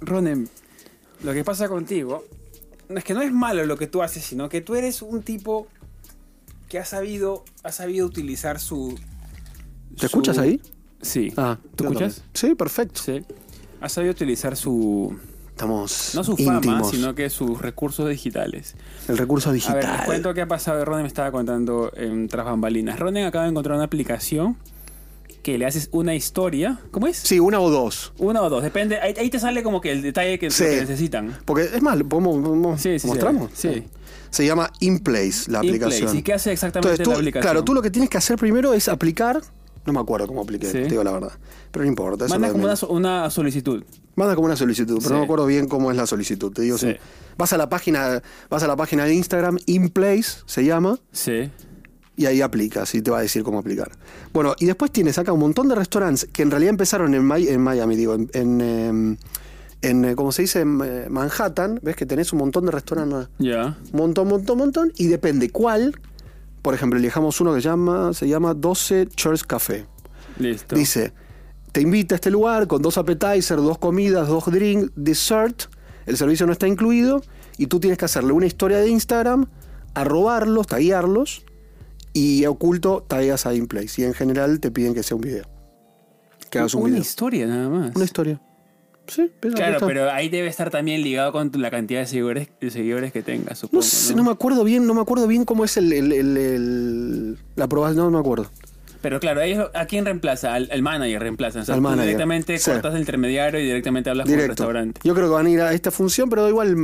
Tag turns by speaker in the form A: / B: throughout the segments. A: Ronen, lo que pasa contigo no es que no es malo lo que tú haces, sino que tú eres un tipo que ha sabido, ha sabido utilizar su.
B: ¿Te escuchas ahí?
A: Sí.
B: Ah,
A: ¿Tú
B: yo
A: escuchas?
B: también. Sí, perfecto.
A: Sí. Ha sabido utilizar su.
B: Estamos
A: No su
B: íntimos.
A: fama, sino que sus recursos digitales.
B: El recurso
A: A
B: digital.
A: ver, les cuento qué ha pasado. Ronen me estaba contando en tras bambalinas. Ronen acaba de encontrar una aplicación que le haces una historia. ¿Cómo es?
B: sí, una o dos.
A: Una o dos, depende. Ahí, ahí te sale como que el detalle que, lo
B: Sí.
A: que necesitan.
B: Porque es más, ¿podemos, podemos-
A: Sí, sí, sí.
B: mostramos?
A: Sí.
B: Se llama InPlace la
A: In
B: aplicación.
A: place. ¿Y qué hace exactamente
B: Entonces, tú-
A: la aplicación?
B: Claro, tú lo que tienes que hacer primero es aplicar. No me acuerdo cómo apliqué,
A: Sí.
B: te digo la verdad. Pero no importa. eso
A: Mandas
B: no es
A: como una,
B: menos.
A: so- una solicitud.
B: Manda como una solicitud, pero
A: Sí.
B: no me acuerdo bien cómo es la solicitud. Te digo,
A: Sí.
B: sí. vas a la página, vas a la página de Instagram, InPlace se llama,
A: Sí.
B: y ahí aplicas y te va a decir cómo aplicar. Bueno, y después tienes acá un montón de restaurantes que en realidad empezaron en, Mi- en Miami, digo, en, en, em, en, eh, como se dice, en eh, Manhattan, ves que tenés un montón de restaurantes,
A: Ya.
B: montón, montón, montón, y depende cuál. Por ejemplo, elijamos uno que llama, se llama 12 Church Café.
A: Listo.
B: Dice, te invita a este lugar con dos appetizers, dos comidas, dos drinks, dessert, el servicio no está incluido, y tú tienes que hacerle una historia de Instagram, arrobarlos, taguearlos, y oculto tagueas a InPlace. Y en general te piden que sea un video. Que hagas pues, un
A: una
B: video.
A: historia nada más.
B: Una historia. Sí, pero
A: Claro, pero ahí debe estar también ligado con tu- la cantidad de seguidores, de seguidores que tengas, supongo.
B: No,
A: No,
B: sé, no me acuerdo bien, no me acuerdo bien cómo es el, el- el- el- la aprobación, no, no me acuerdo.
A: Pero claro, ellos, ¿a quién reemplaza? Al, al manager reemplaza. O sea,
B: Al
A: tú
B: manager.
A: directamente
B: Sí.
A: cortas el intermediario y directamente hablas con el
B: Directo.
A: restaurante.
B: Yo creo que van a ir a esta función, pero igual el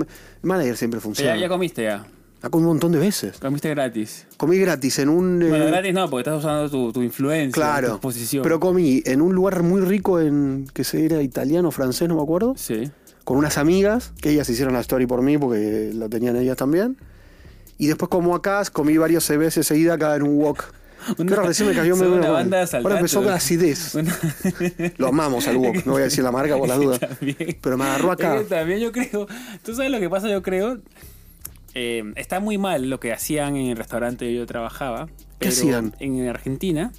B: manager siempre
A: Pero
B: funciona.
A: ya, ya comiste ya.
B: Acá un montón de veces.
A: Comiste gratis.
B: Comí gratis en un. eh,
A: Bueno, gratis no, porque estás usando tu, tu influencia,
B: claro.
A: tu posición.
B: Pero comí en un lugar muy rico en. que se era italiano, francés, no me acuerdo.
A: Sí.
B: Con unas amigas, que ellas hicieron la story por mí porque lo tenían ellas también. Y después como acá, comí varias veces seguida acá en un wok. Pero recién me cayó
A: son
B: medio
A: una
B: mal.
A: banda de
B: Ahora empezó con
A: asaltantes.
B: acidez.
A: Una-
B: Lo amamos al wok, no voy a decir la marca por las dudas.
A: También.
B: Pero me agarró acá.
A: Es que también yo creo. ¿Tú sabes lo que pasa? Yo creo. eh, está muy mal lo que hacían en el restaurante que yo trabajaba. pero
B: hacían?
A: En Argentina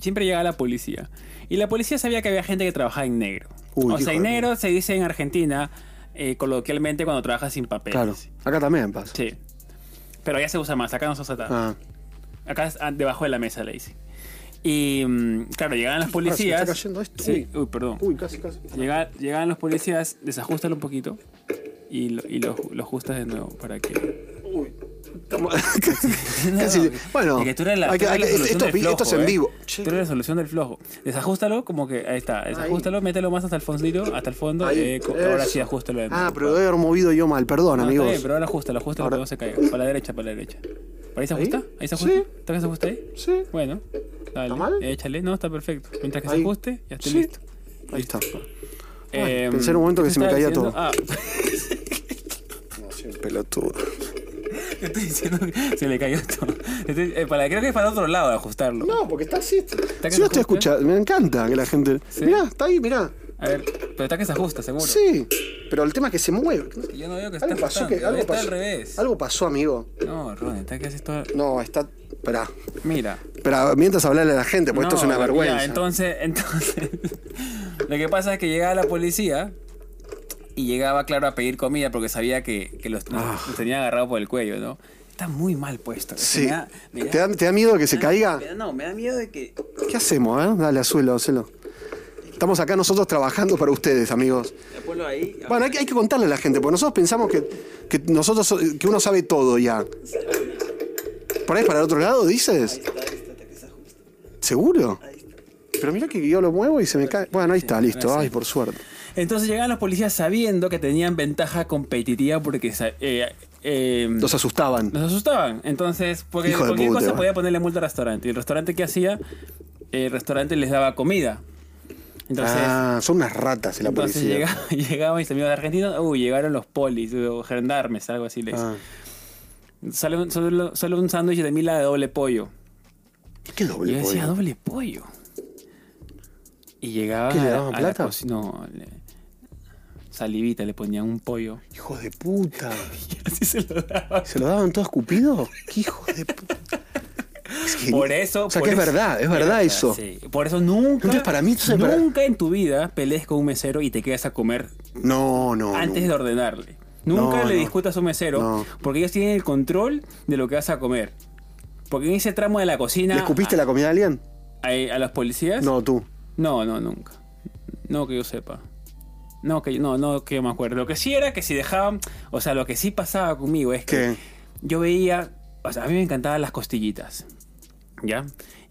A: siempre llegaba la policía. Y la policía sabía que había gente que trabajaba en negro.
B: Uy,
A: o
B: hijo
A: sea, en
B: de
A: negro se dice en Argentina eh, coloquialmente cuando trabajas sin papeles.
B: Claro. Acá también pasa.
A: Sí. Pero allá se usa más, acá no se usa tanto.
B: Ah.
A: Acá es ah, debajo de la mesa le dicen. Y mm, claro, llegaban las
B: Ahora se me
A: policías.
B: está cayendo esto.
A: Sí, uy, perdón.
B: Uy, casi, casi.
A: Llega- llegaban los policías, desajustalo un poquito y lo, y lo, lo ajustas de nuevo para que.
B: Casi- bueno,
A: es que tú eres la,
B: hay que-
A: tú eres
B: hay
A: la
B: que-
A: solución
B: esto-
A: del flojo,
B: esto es en
A: ¿eh?
B: vivo.
A: Tú eres la solución del flojo. Desajustalo, como que ahí está. Desajustalo, mételo más hasta el fondito, hasta el fondo.
B: Ahí,
A: eh, co- ahora
B: eso.
A: sí, ajustalo de nuevo.
B: Ah, pero debe haber movido yo mal, perdón,
A: No, está
B: amigos.
A: bien, pero ahora ajustalo, ajustalo
B: Ahora-
A: para que no se caiga. Para la derecha, para la derecha. ¿Para ahí se
B: ¿Ahí?
A: ajusta? ¿Ahí se ajusta?
B: Sí.
A: ¿Está bien se ajusta ahí?
B: Sí,
A: Bueno, dale.
B: mal?
A: Échale, no, está perfecto. Mientras que se
B: Ahí.
A: ajuste, ya está
B: Sí.
A: Este, listo.
B: ahí está.
A: Eh,
B: pensé en un momento
A: ¿qué
B: que
A: te
B: se me
A: estaba
B: caía
A: diciendo?
B: todo.
A: Ah,
B: No, soy un pelotudo.
A: te estoy diciendo que se le cayó todo. Estoy- eh, para, creo que es para otro lado de ajustarlo.
B: No, porque está así.
A: que
B: Si no
A: se ajusta?
B: estoy escuchando, me encanta que la gente. Mirá, está ahí, mirá.
A: A ver, pero está que se ajusta, seguro.
B: Sí, pero el tema es que se mueve.
A: Yo no veo que está
B: Algo pasó,
A: ajustando.
B: que, algo,
A: está
B: pasó
A: al revés.
B: algo pasó, amigo.
A: No, Ron, está que haces todo.
B: No, está. Esperá.
A: Mira.
B: Esperá, mientras hablarle a la gente, porque esto es
A: No,
B: una
A: ya,
B: vergüenza.
A: entonces, entonces. lo que pasa es que llegaba la policía y llegaba, claro, a pedir comida porque sabía que, que los,
B: Ah.
A: los tenía agarrado por el cuello, ¿no? Está muy mal puesto. eso
B: sí.
A: me da- me da-
B: ¿Te, da, ¿Te da miedo que se caiga?
A: me da- no, me da miedo de que.
B: ¿Qué hacemos, eh? Dale, azuelo, hacelo. Estamos acá nosotros trabajando para ustedes, amigos.
A: Ponlo ahí.
B: Bueno, hay que, hay que contarle a la gente, porque nosotros pensamos que, que nosotros so- que uno sabe todo ya. ¿Por ahí para el otro lado, dices? ¿Seguro? Pero mira que yo lo muevo y se me cae. Bueno, ahí está, listo. Ay, por suerte.
A: Entonces llegaban los policías sabiendo que tenían ventaja competitiva porque. sa- eh, eh,
B: Los asustaban.
A: Nos asustaban. Entonces, porque
B: Hijo de
A: cualquier
B: puta,
A: cosa
B: va.
A: podía ponerle multa al restaurante. Y el restaurante que hacía, el restaurante les daba comida. Entonces,
B: Ah, son unas ratas en la
A: entonces
B: policía.
A: llegaba, llegaban mis amigos de Argentina, uy, llegaron los polis, o gendarmes, algo así. Les.
B: Ah.
A: Sale, un, solo, solo un sándwich de mila de doble pollo.
B: ¿Qué
A: Y yo
B: doble
A: decía,
B: pollo?
A: doble pollo. Y llegaban
B: ¿Qué, le
A: a la-
B: daban
A: a la
B: plata?
A: cocina- no, le- salivita, le ponían un pollo.
B: Hijos de puta.
A: Y así se lo daban.
B: ¿Se lo daban todo escupido? ¿Qué hijos de puta? que-
A: por eso.
B: o sea,
A: por
B: que es
A: eso-
B: verdad, es verdad eso.
A: sí. Por eso nunca.
B: Entonces, para mí, entonces, para-
A: nunca en tu vida pelees con un mesero y te quedas a comer
B: No, no.
A: antes
B: no.
A: de ordenarle. Nunca
B: No,
A: le
B: no.
A: discutas a un mesero
B: No.
A: porque ellos tienen el control de lo que vas a comer. Porque en ese tramo de la cocina.
B: ¿Le escupiste
A: a,
B: la comida a alguien?
A: a- a los policías?
B: No, tú.
A: No, no, nunca. No que yo sepa. No que, yo- no, no que yo me acuerdo. Lo que sí era que si dejaban. O sea, lo que sí pasaba conmigo es que
B: ¿Qué?
A: yo veía. O sea, a mí me encantaban las costillitas. ¿Ya?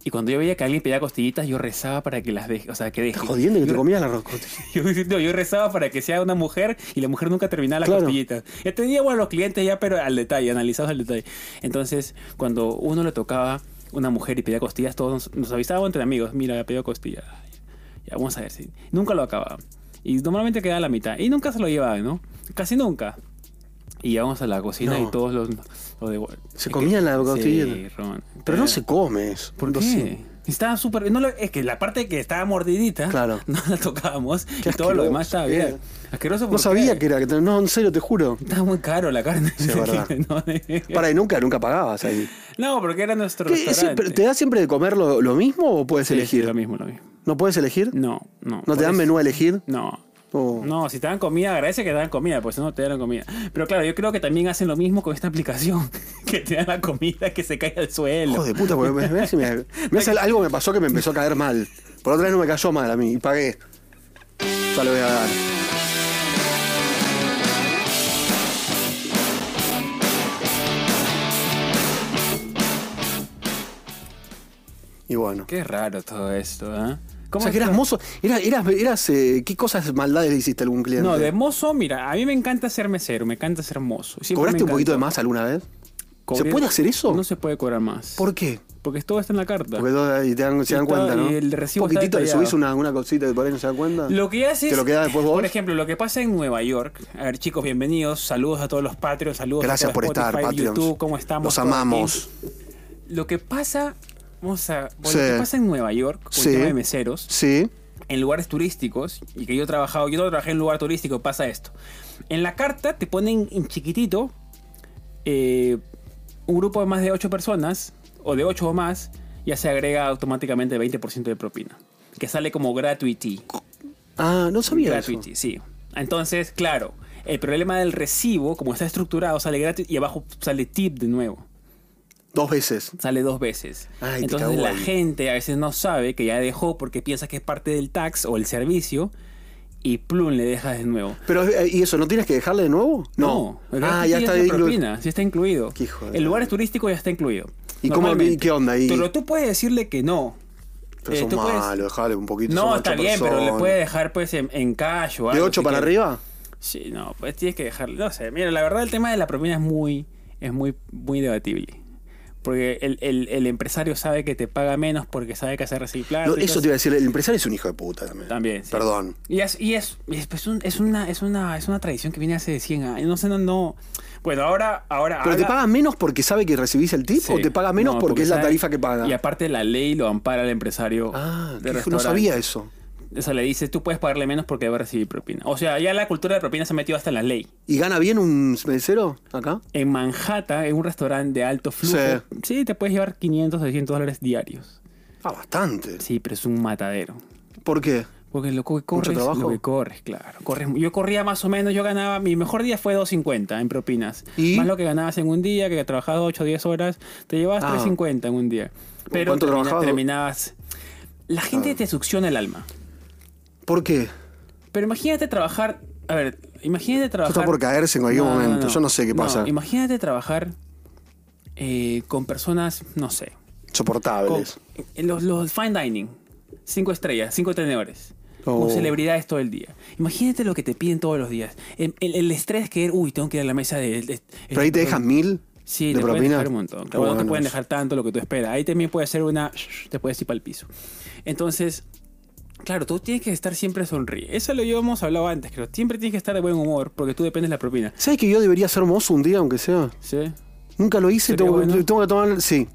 A: Y cuando yo veía que alguien pedía costillitas, yo rezaba para que las deje. O sea, que deje.
B: Estás jodiendo que te
A: Yo-
B: comías la roscota.
A: yo, no, yo rezaba para que sea una mujer y la mujer nunca terminaba las
B: Claro.
A: costillitas. Ya tenía bueno, los clientes ya, pero al detalle, analizados al detalle. Entonces, cuando uno le tocaba una mujer y pedía costillas, todos nos, nos avisábamos entre amigos, mira, pidió costillas. Ya, vamos a ver si. Nunca lo acababa. Y normalmente quedaba la mitad. Y nunca se lo llevaban, ¿no? Casi nunca. Y íbamos a la cocina
B: No.
A: y todos los... los de-
B: Se comían la costilla.
A: Sí, Ron.
B: Pero no se come eso.
A: Eh. ¿Por
B: No
A: qué?
B: sé.
A: Estaba súper. No lo- es que la parte que estaba mordidita,
B: Claro.
A: no la tocábamos y todo
B: asqueroso,
A: lo demás estaba bien.
B: era.
A: Asqueroso
B: No
A: ¿por
B: sabía
A: qué?
B: que era. que te- No, en serio, te juro.
A: Estaba muy caro la carne.
B: Sí, es verdad.
A: no, eh.
B: Para, y nunca, nunca pagabas ahí.
A: no, porque era nuestro
B: ¿Qué? ¿Es-
A: restaurante.
B: pero ¿Te da siempre de comer lo, lo mismo o puedes
A: Sí, sí,
B: elegir?
A: lo mismo, lo mismo.
B: ¿No puedes elegir?
A: No, no.
B: ¿No
A: por
B: te dan
A: eso-
B: menú a elegir?
A: No.
B: Oh.
A: No, si te dan comida, agradece que te dan comida, pues si no te dan comida. Pero claro, yo creo que también hacen lo mismo con esta aplicación, que te dan la comida que se cae al suelo.
B: Hijo de puta, porque me, me- me- me hace- algo me pasó que me empezó a caer mal. Por otra vez no me cayó mal a mí y pagué. Ya lo voy a dar. Y bueno.
A: Qué raro todo esto, ¿eh?
B: O sea,
A: estás?
B: que eras mozo. Eras, eras, eras, eh, ¿Qué cosas maldades le hiciste a algún cliente?
A: No, de mozo, mira, a mí me encanta ser mesero, me encanta ser mozo. Siempre
B: ¿Cobraste un
A: me
B: poquito de
A: encantó.
B: más alguna vez?
A: Cobré-
B: ¿Se puede hacer eso?
A: No se puede cobrar más.
B: ¿Por qué?
A: Porque todo está en la carta.
B: Porque todo ahí te dan, se
A: Y
B: dan cuenta,
A: todo-
B: ¿no?
A: y el recibo está
B: Poquitito le
A: detallado.
B: subís una, una cosita y por ahí no se dan cuenta.
A: Lo que haces.
B: ¿Te lo queda después vos?
A: Por ejemplo, lo que pasa en Nueva York. A ver, chicos, bienvenidos. Saludos a todos los Patreons. Saludos
B: Gracias
A: a todos
B: por estar,
A: Spotify,
B: Patreons.
A: YouTube, ¿cómo estamos?
B: Los
A: Todo aquí.
B: amamos.
A: Lo que pasa. Vamos a. bueno,
B: Sí.
A: Lo que pasa en Nueva York. Con
B: Sí.
A: el tema de meseros.
B: Sí.
A: en lugares turísticos, y que yo he trabajado, yo no trabajé en un lugar turístico, pasa esto. En la carta te ponen en chiquitito eh, un grupo de más de 8 personas, o de 8 o más, ya se agrega automáticamente 20% de propina, que sale como gratuity.
B: Ah, no sabía
A: Gratuity, sí. Entonces, claro, el problema del recibo, como está estructurado, sale gratis y abajo sale tip de nuevo
B: eso. Dos veces.
A: sale dos veces.
B: Ay, te
A: Entonces
B: cagó
A: la
B: ahí.
A: gente a veces no sabe que ya dejó porque piensa que es parte del tax o el servicio y plum le dejas de nuevo.
B: Pero, eh, ¿y eso? ¿No tienes que dejarle de nuevo?
A: el
B: ah,
A: gratis
B: ya está
A: es la
B: inclu-
A: propina, sí está incluido.
B: Qué hijo de
A: El lugar
B: madre.
A: es turístico ya está incluido.
B: ¿Y cómo-
A: Normalmente.
B: y qué onda? Y-
A: Pero tú puedes decirle que no.
B: Pero
A: Eh,
B: sos
A: tú puedes-
B: malo, dejale un poquito.
A: No,
B: son
A: está
B: ocho
A: bien, pero le
B: personas.
A: puedes dejar pues en, en cash o
B: ¿De
A: algo,
B: 8
A: si
B: para
A: quieres.
B: arriba?
A: Sí, no, pues tienes que dejarlo. No sé, mira, la verdad el tema de la propina es muy, es muy, muy debatible. Porque el, el- el empresario sabe que te paga menos porque sabe que hace reciclar.
B: No, eso te iba a decir, el empresario es un hijo de puta también.
A: También, sí.
B: Perdón.
A: Y es, y es, y es, pues, un- es una, es, una, es una tradición que viene hace 100 años. No sé, no, no. Bueno, ahora. ahora
B: ¿Pero te
A: habla-
B: pagan menos porque sabe que recibís el tip
A: Ah, Sí.
B: o te paga menos
A: No,
B: porque, es la
A: sabe-
B: tarifa que paga?
A: Y aparte la ley lo ampara al empresario.
B: ah,
A: de
B: qué hijo- no
A: restaurante.
B: sabía eso.
A: O sea, le dice, tú puedes pagarle menos porque va a recibir propina. O sea, ya la cultura de propina se ha metido hasta en la ley.
B: ¿Y gana bien un mesero acá?
A: en Manhattan, en un restaurante de alto flujo,
B: Sí.
A: sí, te puedes llevar 500, 600 dólares diarios.
B: Ah, bastante.
A: Sí, pero es un matadero.
B: ¿Por qué?
A: Porque lo que corres,
B: trabajo.
A: lo que corres, claro. Corres, yo corría más o menos, yo ganaba, mi mejor día fue 2.50 en propinas.
B: ¿Y?
A: Más lo que ganabas en un día, que trabajabas 8 o 10 horas, te llevabas
B: Ah.
A: 3.50 en un día. Pero
B: ¿Cuánto
A: termina-
B: trabajabas? Ah.
A: terminabas... La gente te succiona el alma.
B: ¿Por qué?
A: Pero imagínate trabajar. A ver, imagínate trabajar.
B: está por caerse en cualquier momento, yo no sé qué pasa.
A: imagínate trabajar eh, con personas, no sé. con-
B: Soportables.
A: en los, los fine dining. Cinco estrellas, cinco tenedores.
B: Oh.
A: Con celebridades todo el día. Imagínate lo que te piden todos los días. El, el- el estrés que es, uy, tengo que ir a la mesa de. de-
B: ¿Pero ahí te dejan mil
A: Sí,
B: de
A: te pueden
B: propina?
A: dejar un montón.
B: Qué
A: Claro, no te
B: bueno
A: pueden
B: eso.
A: dejar tanto lo que tú esperas. Ahí también puede ser una. Te puedes ir para el piso. Entonces, claro, tú tienes que estar siempre sonríe. Eso lo habíamos hablado antes, creo. Siempre tienes que estar de buen humor porque tú dependes de la propina.
B: ¿Sabes que yo debería ser mozo un día, aunque sea?
A: ¿Sí?
B: Nunca lo hice,
A: Sería
B: tengo,
A: bueno.
B: tengo que tomar. Sí.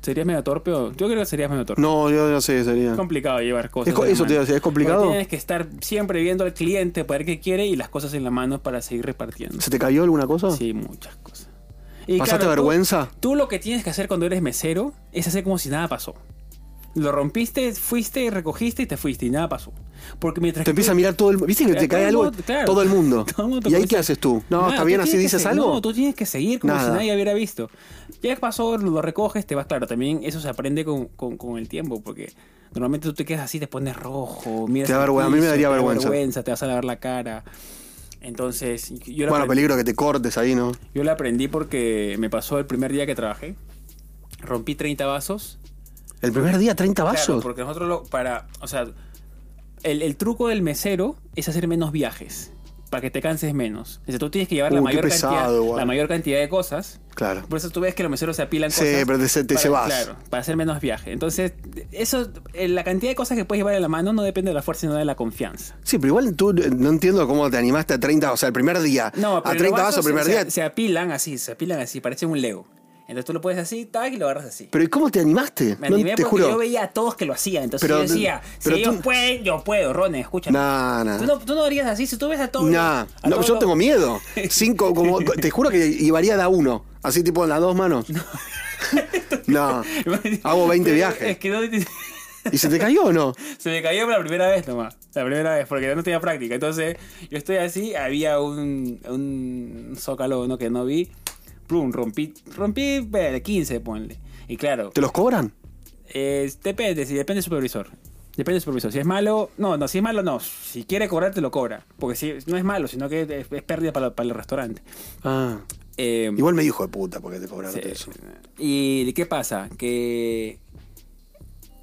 A: ¿Serías medio torpe o.? Yo creo que serías medio torpe.
B: No, yo no sé, sería.
A: Es complicado llevar cosas.
B: Es co-
A: en la
B: eso te iba a
A: mano.
B: decir, ¿es complicado?
A: Porque tienes que estar siempre viendo al cliente para ver qué quiere y las cosas en la mano para seguir repartiendo.
B: ¿Se te cayó alguna cosa?
A: Sí, muchas cosas. Y
B: ¿Pasaste
A: claro, tú-
B: vergüenza?
A: Tú lo que tienes que hacer cuando eres mesero es hacer como si nada pasó. Lo rompiste, fuiste, recogiste y te fuiste y nada pasó. Porque mientras
B: Te
A: que tú-
B: empieza a mirar todo el mundo. ¿Viste que
A: Eh,
B: te cae
A: todo
B: algo?
A: mundo, claro.
B: Todo el mundo.
A: Todo el mundo
B: ¿Y ahí
A: conoce.
B: qué haces tú? No,
A: Nada,
B: ¿está
A: tú
B: bien así
A: tienes que
B: dices
A: se-
B: algo?
A: No, tú tienes que seguir como
B: Nada.
A: si nadie hubiera visto. Ya que pasó, lo recoges, te vas. Claro, también eso se aprende con, con- con el tiempo, porque normalmente tú te quedas así, te pones rojo, miras.
B: Te da
A: el
B: vergüenza, a mí me
A: piso,
B: daría
A: te da
B: vergüenza.
A: Te vas a lavar la cara. Entonces, yo lo
B: Bueno,
A: aprendí-
B: peligro que te cortes ahí, ¿no?
A: yo la aprendí porque me pasó el primer día que trabajé. Rompí 30 vasos.
B: El primer día, 30
A: Claro,
B: vasos.
A: porque nosotros lo, para, o sea, el, el truco del mesero es hacer menos viajes para que te canses menos. Entonces tú tienes que llevar la
B: Uh, qué
A: mayor
B: pesado,
A: cantidad,
B: guau.
A: la mayor cantidad de cosas.
B: Claro.
A: Por eso tú ves que los meseros se apilan
B: Sí,
A: cosas.
B: pero te- te
A: para-
B: cebas.
A: Claro, para hacer menos viajes. Entonces, eso, eh, la cantidad de cosas que puedes llevar en la mano no depende de la fuerza, sino de la confianza.
B: Sí, pero igual tú eh, no entiendo cómo te animaste a 30, o sea, el primer día.
A: No,
B: a
A: pero
B: 30
A: los
B: vasos, el primer
A: se,
B: día.
A: Se, se apilan así, se apilan así, parece un Lego. Entonces tú lo puedes así, tac, y lo agarras así.
B: Pero ¿y cómo te animaste?
A: Me
B: No,
A: animé
B: te
A: porque
B: juro.
A: yo veía a todos que lo hacían. Entonces
B: Pero-
A: yo decía,
B: pero
A: si ellos
B: tú-
A: pueden, yo puedo, Ronen, escúchame.
B: Nah, nah.
A: Tú no, tú no harías así, si tú ves a todos.
B: Nah,
A: a
B: no,
A: todos
B: yo
A: los-
B: tengo miedo. Cinco, como, te juro que llevaría da uno. Así tipo en las dos manos. No. Hago 20
A: Pero
B: viajes.
A: Es que no,
B: ¿Y se te cayó o no?
A: se me cayó la primera vez nomás. La primera vez, porque no tenía práctica. Entonces, yo estoy así, había un, un zócalo ¿no? que no vi. Plum, rompí, rompí bueno, 15, ponle. Y claro,
B: ¿Te los cobran?
A: Eh, depende, si depende del supervisor. Depende del supervisor. Si es malo, no, no, si es malo, no. Si quiere cobrar, te lo cobra. Porque si no es malo, sino que es, es pérdida para, para el restaurante.
B: Ah.
A: Eh,
B: Igual me dijo de puta porque te cobraron
A: eh,
B: eso.
A: ¿Y qué pasa? Que,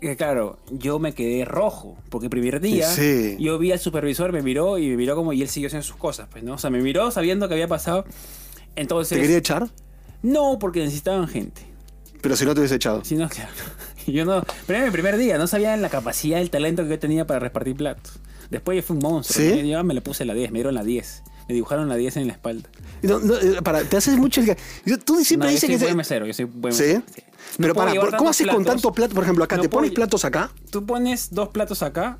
A: que, claro, yo me quedé rojo. Porque el primer día
B: Sí.
A: yo vi al supervisor, me miró y me miró como. Y él siguió haciendo sus cosas, pues, ¿no? O sea, me miró sabiendo que había pasado. Entonces.
B: ¿Te quería echar?
A: No, porque necesitaban gente.
B: Pero si no te hubiese echado.
A: Sí, no, claro. Yo no. Pero era mi primer día, no sabía la capacidad, el talento que yo tenía para repartir platos. Después yo fui un monstruo.
B: ¿Sí?
A: ¿no? Yo me le puse la 10, me dieron la 10. Me dibujaron la 10 en la espalda.
B: No, no, eh, para, te haces mucho el... yo- Tú siempre
A: No, yo
B: dices
A: soy
B: que...
A: buen
B: te-
A: mesero, yo soy buen
B: ¿Sí?
A: mesero. Sí. No
B: Pero
A: puedo
B: para,
A: llevar
B: ¿cómo
A: tantos
B: haces con
A: platos.
B: tanto plato? Por ejemplo, acá
A: No
B: te
A: puedo
B: pones
A: lle-
B: platos acá.
A: Tú pones dos platos acá,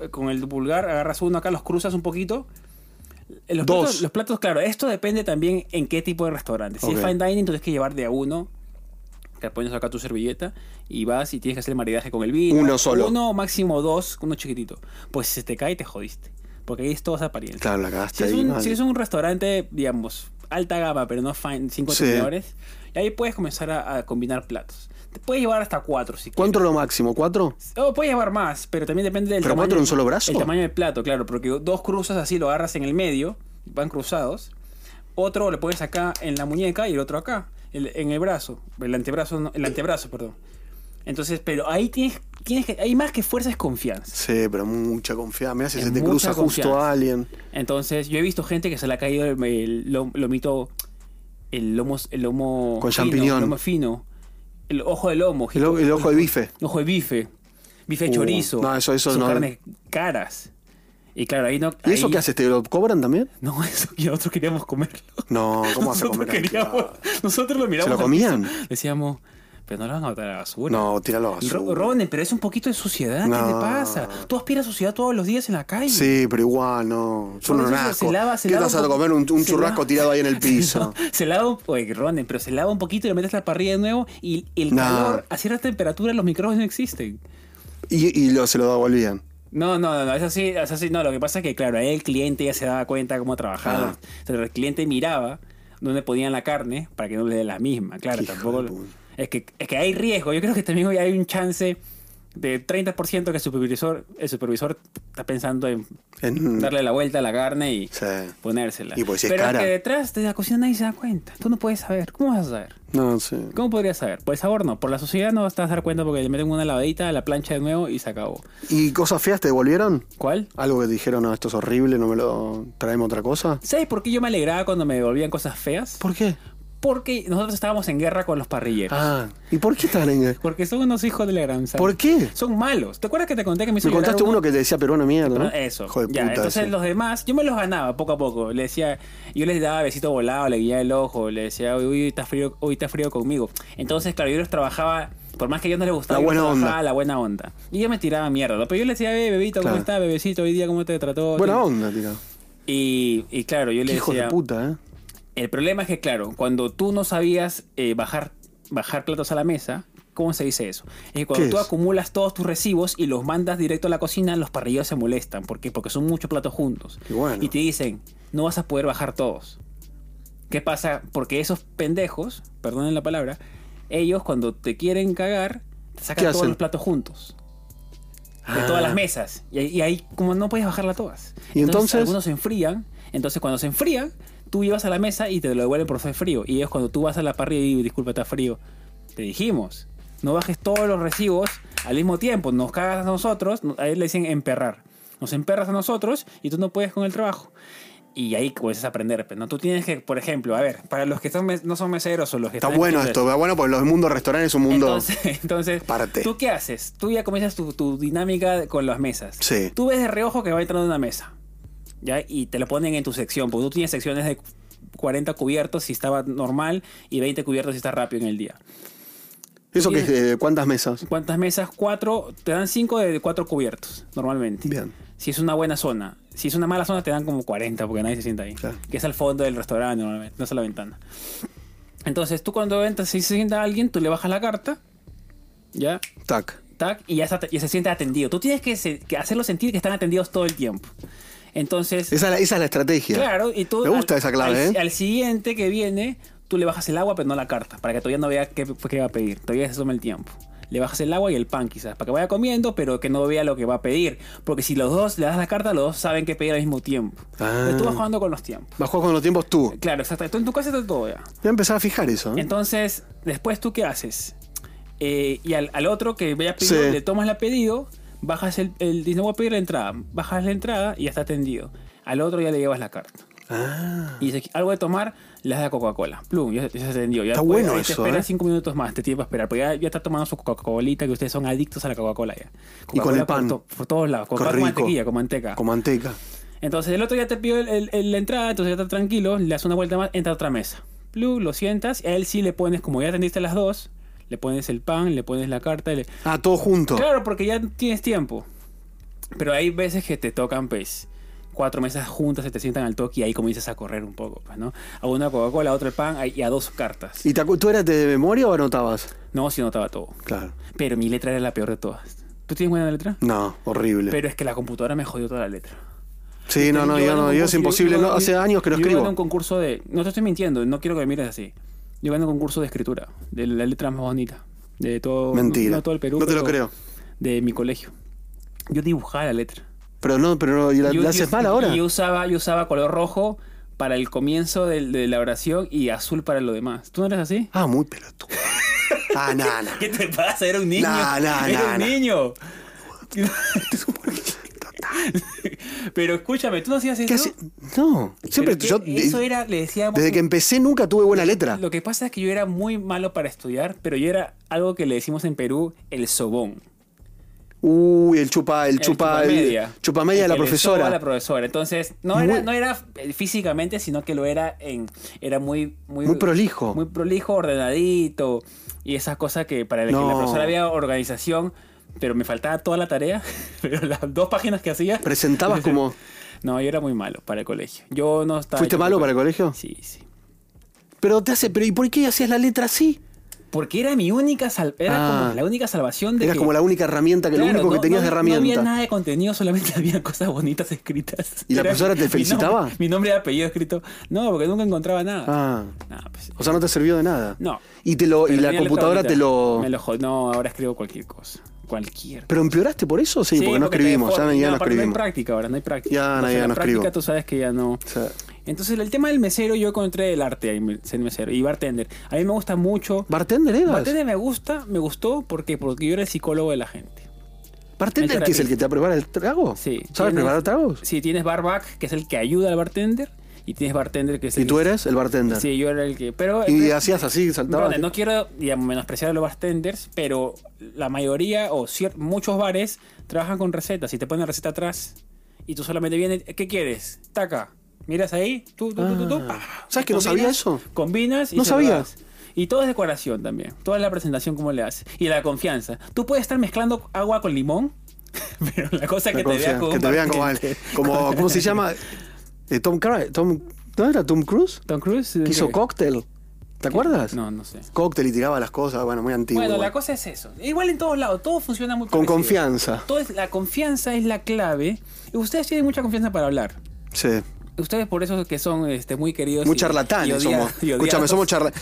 A: eh, con el pulgar, agarras uno acá, los cruzas un poquito. Eh, Los,
B: Dos.
A: Platos, los platos, claro, esto depende también en qué tipo de restaurante. Si es
B: Ok.
A: fine dining, tú tienes que llevar de a uno. Te pones acá tu servilleta y vas y tienes que hacer el maridaje con el vino.
B: Uno solo.
A: Uno, máximo dos, uno chiquitito. Pues si se te cae, te jodiste. Porque ahí es toda esa apariencia.
B: Claro, la cagaste
A: Si es,
B: ahí,
A: un,
B: mal.
A: si es un restaurante, digamos, alta gama, pero no fine, cinco
B: Sí.
A: tenedores, y ahí puedes comenzar a, a combinar platos. Te puedes llevar hasta cuatro si quieres.
B: ¿Cuánto es lo máximo? ¿Cuatro?
A: O puedes llevar más, pero también depende del
B: ¿Pero
A: tamaño.
B: cuatro en un solo brazo?
A: El tamaño del plato, claro, porque dos cruzas así lo agarras en el medio, van cruzados. Otro lo pones acá en la muñeca y el otro acá, el- en el brazo, el antebrazo, no, el antebrazo, perdón. Entonces, pero ahí tienes, tienes que, hay más que fuerza es confianza.
B: Sí, pero mucha confianza. Mira si
A: Es
B: se te
A: mucha
B: cruza justo
A: confianza.
B: alguien.
A: Entonces, yo he visto gente que se le ha caído el, el lo- lomito, el lomo, el lomo
B: Con
A: fino,
B: champiñón.
A: lomo fino, el ojo de lomo,
B: El, o- el ojo de bife.
A: Ojo de bife, bife de
B: Uh,
A: chorizo.
B: no, eso- eso
A: son
B: no.
A: carnes caras. Y claro, ahí no.
B: ¿Y eso
A: ahí-
B: qué haces? ¿Te lo cobran también?
A: No, eso que nosotros queríamos comerlo.
B: No, ¿cómo vas a
A: nosotros,
B: comer?
A: queríamos,
B: Ah,
A: nosotros lo miramos.
B: ¿Se lo
A: al
B: comían?
A: piso, Decíamos, pero no lo van a botar a la basura.
B: No, tíralo a la basura.
A: Ro- Ronen, pero es un poquito de suciedad. ¿Qué
B: No.
A: te pasa? Tú aspiras suciedad todos los días en la calle.
B: Sí, pero igual, no. Son
A: Por
B: un
A: eso se-
B: asco.
A: se lava- se
B: ¿Qué
A: lava
B: estás a
A: po-
B: comer? Un, un
A: se
B: churrasco
A: lava-
B: tirado ahí en
A: Se
B: el
A: lava,
B: piso.
A: se lava un- oye, Ronen, pero se lava un poquito y lo metes a la parrilla de nuevo y el
B: No.
A: calor a cierta temperatura los microbios no existen.
B: Y, y lo, se lo devolvían.
A: No, no, no, no, es así, es así, no, lo que pasa es que, claro, ahí el cliente ya se daba cuenta cómo trabajaba.
B: Ah.
A: O sea, el cliente miraba dónde ponían la carne para que no le dé la misma, claro,
B: Hijo
A: tampoco...
B: de
A: lo-
B: puta.
A: Es que, es que hay riesgo, yo creo que también hoy hay un chance de 30% que el supervisor, el supervisor está pensando en
B: En-
A: darle la vuelta a la carne y
B: Sí.
A: ponérsela.
B: Y pues si es
A: Pero
B: cara.
A: que detrás de la cocina nadie se da cuenta, tú no puedes saber, ¿cómo vas a saber?
B: No, sí.
A: ¿Cómo podrías saber? Por el sabor no, por la suciedad no vas a dar cuenta porque le meten una lavadita a la plancha de nuevo y se acabó.
B: ¿Y cosas feas te devolvieron?
A: ¿Cuál?
B: Algo que te dijeron, no, esto es horrible, no me lo traemos otra cosa.
A: ¿Sabes por qué yo me alegraba cuando me devolvían cosas feas?
B: ¿Por qué?
A: Porque nosotros estábamos en guerra con los parrilleros.
B: Ah, ¿y por qué estás en
A: Porque son unos hijos de la gran sal.
B: ¿Por qué?
A: Son malos. ¿Te acuerdas que te conté que me hizo
B: Me
A: llorar
B: contaste uno que te decía peruano mierda, ¿no?
A: Ah, Eso.
B: Hijo de
A: ya,
B: puta
A: entonces
B: ese.
A: los demás, yo me los ganaba poco a poco. Le decía, yo les daba besito volado, le guiaba el ojo, le decía, "Uy, uy, está frío, hoy está frío conmigo. Entonces, claro, yo los trabajaba, por más que yo no les gustaba,
B: La
A: yo
B: buena
A: los
B: onda.
A: trabajaba la buena onda. Y yo me tiraba mierda, ¿no? pero yo le decía, "Eh, bebito, ¿cómo
B: Claro.
A: estás, bebecito? Hoy día, ¿cómo te trató?
B: Buena onda, tío.
A: Y, y claro, yo le
B: Hijo
A: decía,
B: de puta, ¿eh?
A: El problema es que, claro, cuando tú no sabías eh, bajar, bajar platos a la mesa, ¿cómo se dice eso? Es que cuando
B: ¿Qué
A: tú
B: es?
A: acumulas todos tus recibos y los mandas directo a la cocina, los parrilleros se molestan. ¿Por qué? Porque son muchos platos juntos.
B: Y bueno.
A: Y te dicen, no vas a poder bajar todos. ¿Qué pasa? Porque esos pendejos, perdonen la palabra, ellos cuando te quieren cagar, te
B: ¿Qué
A: sacan todos
B: hacen?
A: los platos juntos. De
B: Ah.
A: todas las mesas. Y, ahí- y ahí, como no puedes bajarla todas.
B: ¿Y entonces?
A: Algunos se enfrían. Entonces, cuando se enfrían, tú llevas a la mesa y te lo devuelven por ser frío. Y ellos, cuando tú vas a la parrilla y disculpa, está frío. Te dijimos, no bajes todos los recibos al mismo tiempo. Nos cagas a nosotros. no- A él le dicen emperrar. Nos emperras a nosotros y tú no puedes con el trabajo. Y ahí comienzas a aprender. pues, ¿no? Tú tienes que, por ejemplo, a ver, para los que son mes- no son meseros o los que
B: Está
A: están
B: bueno
A: escuchando
B: esto, está bueno porque los mundos restaurantes es un mundo.
A: entonces, entonces
B: aparte.
A: ¿tú qué haces? Tú ya comienzas tu, tu dinámica con las mesas.
B: Sí.
A: Tú ves de reojo que va entrando una mesa. ¿ya? Y te la ponen en tu sección. Porque tú tienes secciones de 40 cubiertos si estaba normal y 20 cubiertos si está rápido en el día.
B: ¿Eso que
A: bien.
B: es de cuántas mesas?
A: ¿Cuántas mesas? Cuatro. Te dan cinco de cuatro cubiertos normalmente.
B: Bien.
A: Si es una buena zona. Si es una mala zona, te dan como 40 porque nadie se sienta ahí.
B: Claro.
A: Que es al fondo del restaurante normalmente, no es a la ventana. Entonces, tú cuando entras, si se sienta alguien, tú le bajas la carta. ¿Ya?
B: Tac.
A: tac, y ya, está- ya se siente atendido. Tú tienes que, se- que hacerlo sentir que están atendidos todo el tiempo. Entonces,
B: Esa es la, esa es la estrategia.
A: claro, y tú.
B: Me gusta
A: al-
B: esa clave,
A: al,
B: ¿eh?
A: al siguiente que viene, tú le bajas el agua, pero no la carta, para que todavía no vea qué, qué va a pedir. Todavía se toma el tiempo. Le bajas el agua y el pan, quizás, para que vaya comiendo, pero que no vea lo que va a pedir. Porque si los dos le das la carta, los dos saben qué pedir al mismo tiempo.
B: Ah.
A: Entonces tú vas jugando con los tiempos.
B: Bajó con los tiempos tú.
A: Claro, exacto. Tú en tu casa está todo ya.
B: Voy a empezar a fijar eso. ¿eh?
A: Entonces, después tú qué haces? Eh, y al, al otro que vaya a pedir,
B: Sí.
A: le tomas la pedido, bajas el, el dice, "No voy a pedir la entrada, bajas la entrada y ya está atendido. Al otro ya le llevas la carta.
B: Ah.
A: Y dices, algo de tomar, le das la Coca-Cola. Plum, ya, ya se atendió. Ya
B: Está
A: puede-
B: bueno
A: ahí te
B: eso,
A: esperas
B: ¿eh?
A: cinco minutos más, te tiene para esperar. Porque ya, ya está tomando su Coca-Colita, que ustedes son adictos a la Coca-Cola ya.
B: Y con el
A: Coca-Cola por
B: pan.
A: to- Por, todos lados. Con,
B: Qué
A: pan con
B: rico.
A: mantequilla, con manteca.
B: Con manteca.
A: Entonces el otro ya te pidió el- el- el- la entrada, entonces ya está tranquilo, le das una vuelta más, entra a otra mesa. Plu, lo sientas, a él sí le pones, como ya atendiste las dos, le pones el pan, le pones la carta. y le-
B: Ah, todo junto.
A: Claro, porque ya tienes tiempo. Pero hay veces que te tocan, pues, cuatro mesas juntas, se te sientan al toque y ahí comienzas a correr un poco, pues, ¿no? A una Coca-Cola, a otra el pan a- y a dos cartas.
B: ¿Y te acu- tú eras de memoria o anotabas?
A: No, si notaba todo.
B: Claro.
A: Pero mi letra era la peor de todas. ¿Tú tienes buena letra?
B: No, horrible.
A: Pero es que la computadora me jodió toda la letra.
B: sí, no, no, yo,
A: gano
B: no,
A: un
B: yo es
A: concurso-
B: imposible.
A: Este, yo
B: no,
A: gano-
B: hace años que no
A: yo gano
B: escribo.
A: un concurso de. No te estoy mintiendo, no quiero que me mires así. Yo gané un concurso de escritura, de la letra más bonita. De todo.
B: Mentira.
A: No, todo el Perú.
B: No te lo
A: pero
B: creo.
A: De mi colegio. Yo dibujaba la letra.
B: Pero no, pero no, ¿y la,
A: Yo-
B: la
A: yo-
B: haces mal ahora?
A: Yo usaba, yo usaba color rojo para el comienzo del- de, la oración y azul para lo demás. ¿Tú no eres así?
B: Ah, muy pelotudo. Ah, nada, nada.
A: ¿Qué te pasa? Era un niño.
B: No, no,
A: Era
B: no,
A: un
B: no.
A: niño. Pero escúchame, ¿tú no hacías eso?
B: ¿Qué hace? No. Siempre
A: Pero
B: yo.
A: que Eso era, le decíamos.
B: Desde que empecé nunca tuve buena letra.
A: Lo que pasa es que yo era muy malo para estudiar, pero yo era algo que le decimos en Perú el sobón.
B: Uy, el chupa, el chupa, el chupa media de
A: El
B: la
A: que le soba a la
B: profesora.
A: profesora. Entonces, no
B: Muy-
A: era, no era eh, físicamente, sino que lo era en. Era muy. Muy,
B: Muy prolijo.
A: Muy prolijo, ordenadito. Y esas cosas que para la que la
B: No.
A: profesora había organización, pero me faltaba toda la tarea. Pero las dos páginas que hacía.
B: Presentabas como.
A: No, yo era muy malo para el colegio. Yo no estaba.
B: ¿Fuiste
A: yo-
B: malo para el colegio?
A: Sí, sí.
B: Pero te hace, pero ¿y por qué hacías la letra así?
A: Porque era mi única sal- era
B: Ah.
A: como la única salvación de
B: Eras
A: que-
B: como la única herramienta, que lo
A: Claro,
B: único que
A: no-
B: tenías
A: no-
B: de herramienta.
A: No había nada de contenido, solamente había cosas bonitas escritas.
B: ¿Y la
A: Era-
B: profesora te
A: mi
B: felicitaba?
A: nombre- Mi nombre y apellido escrito. No, porque nunca encontraba nada.
B: Ah,
A: Nah, pues,
B: o sea, no te sirvió de nada.
A: no.
B: Y, te lo, y
A: Pero
B: la
A: tenía letra
B: computadora te
A: bonita.
B: lo...
A: Me lo jod- No, ahora escribo cualquier cosa. Cualquier.
B: ¿Pero empeoraste por eso? Sí, porque no
A: te
B: escribimos, ya,
A: deforma.
B: ya
A: No, aparte No
B: no
A: hay
B: escribimos.
A: práctica ahora, no hay práctica.
B: Ya,
A: Entonces,
B: ya
A: la
B: no
A: práctica
B: escribo.
A: tú sabes que ya no...
B: O sea,
A: Entonces el tema del mesero yo encontré el arte ahí, el mesero y bartender. A mí me gusta mucho...
B: ¿Bartender eras?
A: Bartender
B: ¿Bartender,
A: me gusta, me gustó porque, porque yo era el psicólogo de la gente. Eso era
B: que es el
A: triste.
B: que te prepara el trago?
A: Sí. Tienes-
B: ¿Sabes preparar tragos?
A: Sí, tienes barback, que es el que ayuda al bartender, y tienes bartender que es el
B: ¿Y tú
A: que-
B: eres el bartender?
A: Sí, yo era el que. Pero.
B: Y
A: pero-
B: hacías así, saltabas.
A: perdón, no quiero digamos, menospreciar a los bartenders, pero la mayoría o cier- muchos bares trabajan con recetas y te ponen la receta atrás y tú solamente vienes. ¿Qué quieres? Taca. Miras ahí, tú, tú, tú, tú, tú,
B: Ah.
A: pa.
B: ¿Sabes que no sabía
A: Combinas-
B: eso?
A: Combinas y
B: No
A: se
B: sabía.
A: lo das. Y todo es decoración también. Toda la presentación, cómo le haces. Y la confianza. Tú puedes estar mezclando agua con limón, pero la cosa es
B: La
A: que te, vean
B: confianza,
A: como
B: que
A: un
B: te vean como,
A: bartender.
B: como- ¿Cómo se llama? Eh, Tom Cruise. Tom ¿No era Tom Cruise?
A: Tom Cruise.
B: Que hizo
A: ¿qué?
B: cóctel. ¿Te acuerdas?
A: No, no sé.
B: Cóctel y tiraba las cosas, bueno, muy antiguo.
A: Bueno, la
B: igual.
A: cosa es eso. Igual en todos lados, todo funciona muy
B: Con
A: parecido.
B: confianza.
A: Todo es- la confianza es la clave. Y Ustedes tienen mucha confianza para hablar.
B: Sí.
A: Ustedes por eso que son este, muy queridos.
B: Muy
A: y-
B: charlatanes
A: y odia-
B: somos.
A: y odiados.
B: Escúchame, somos charla-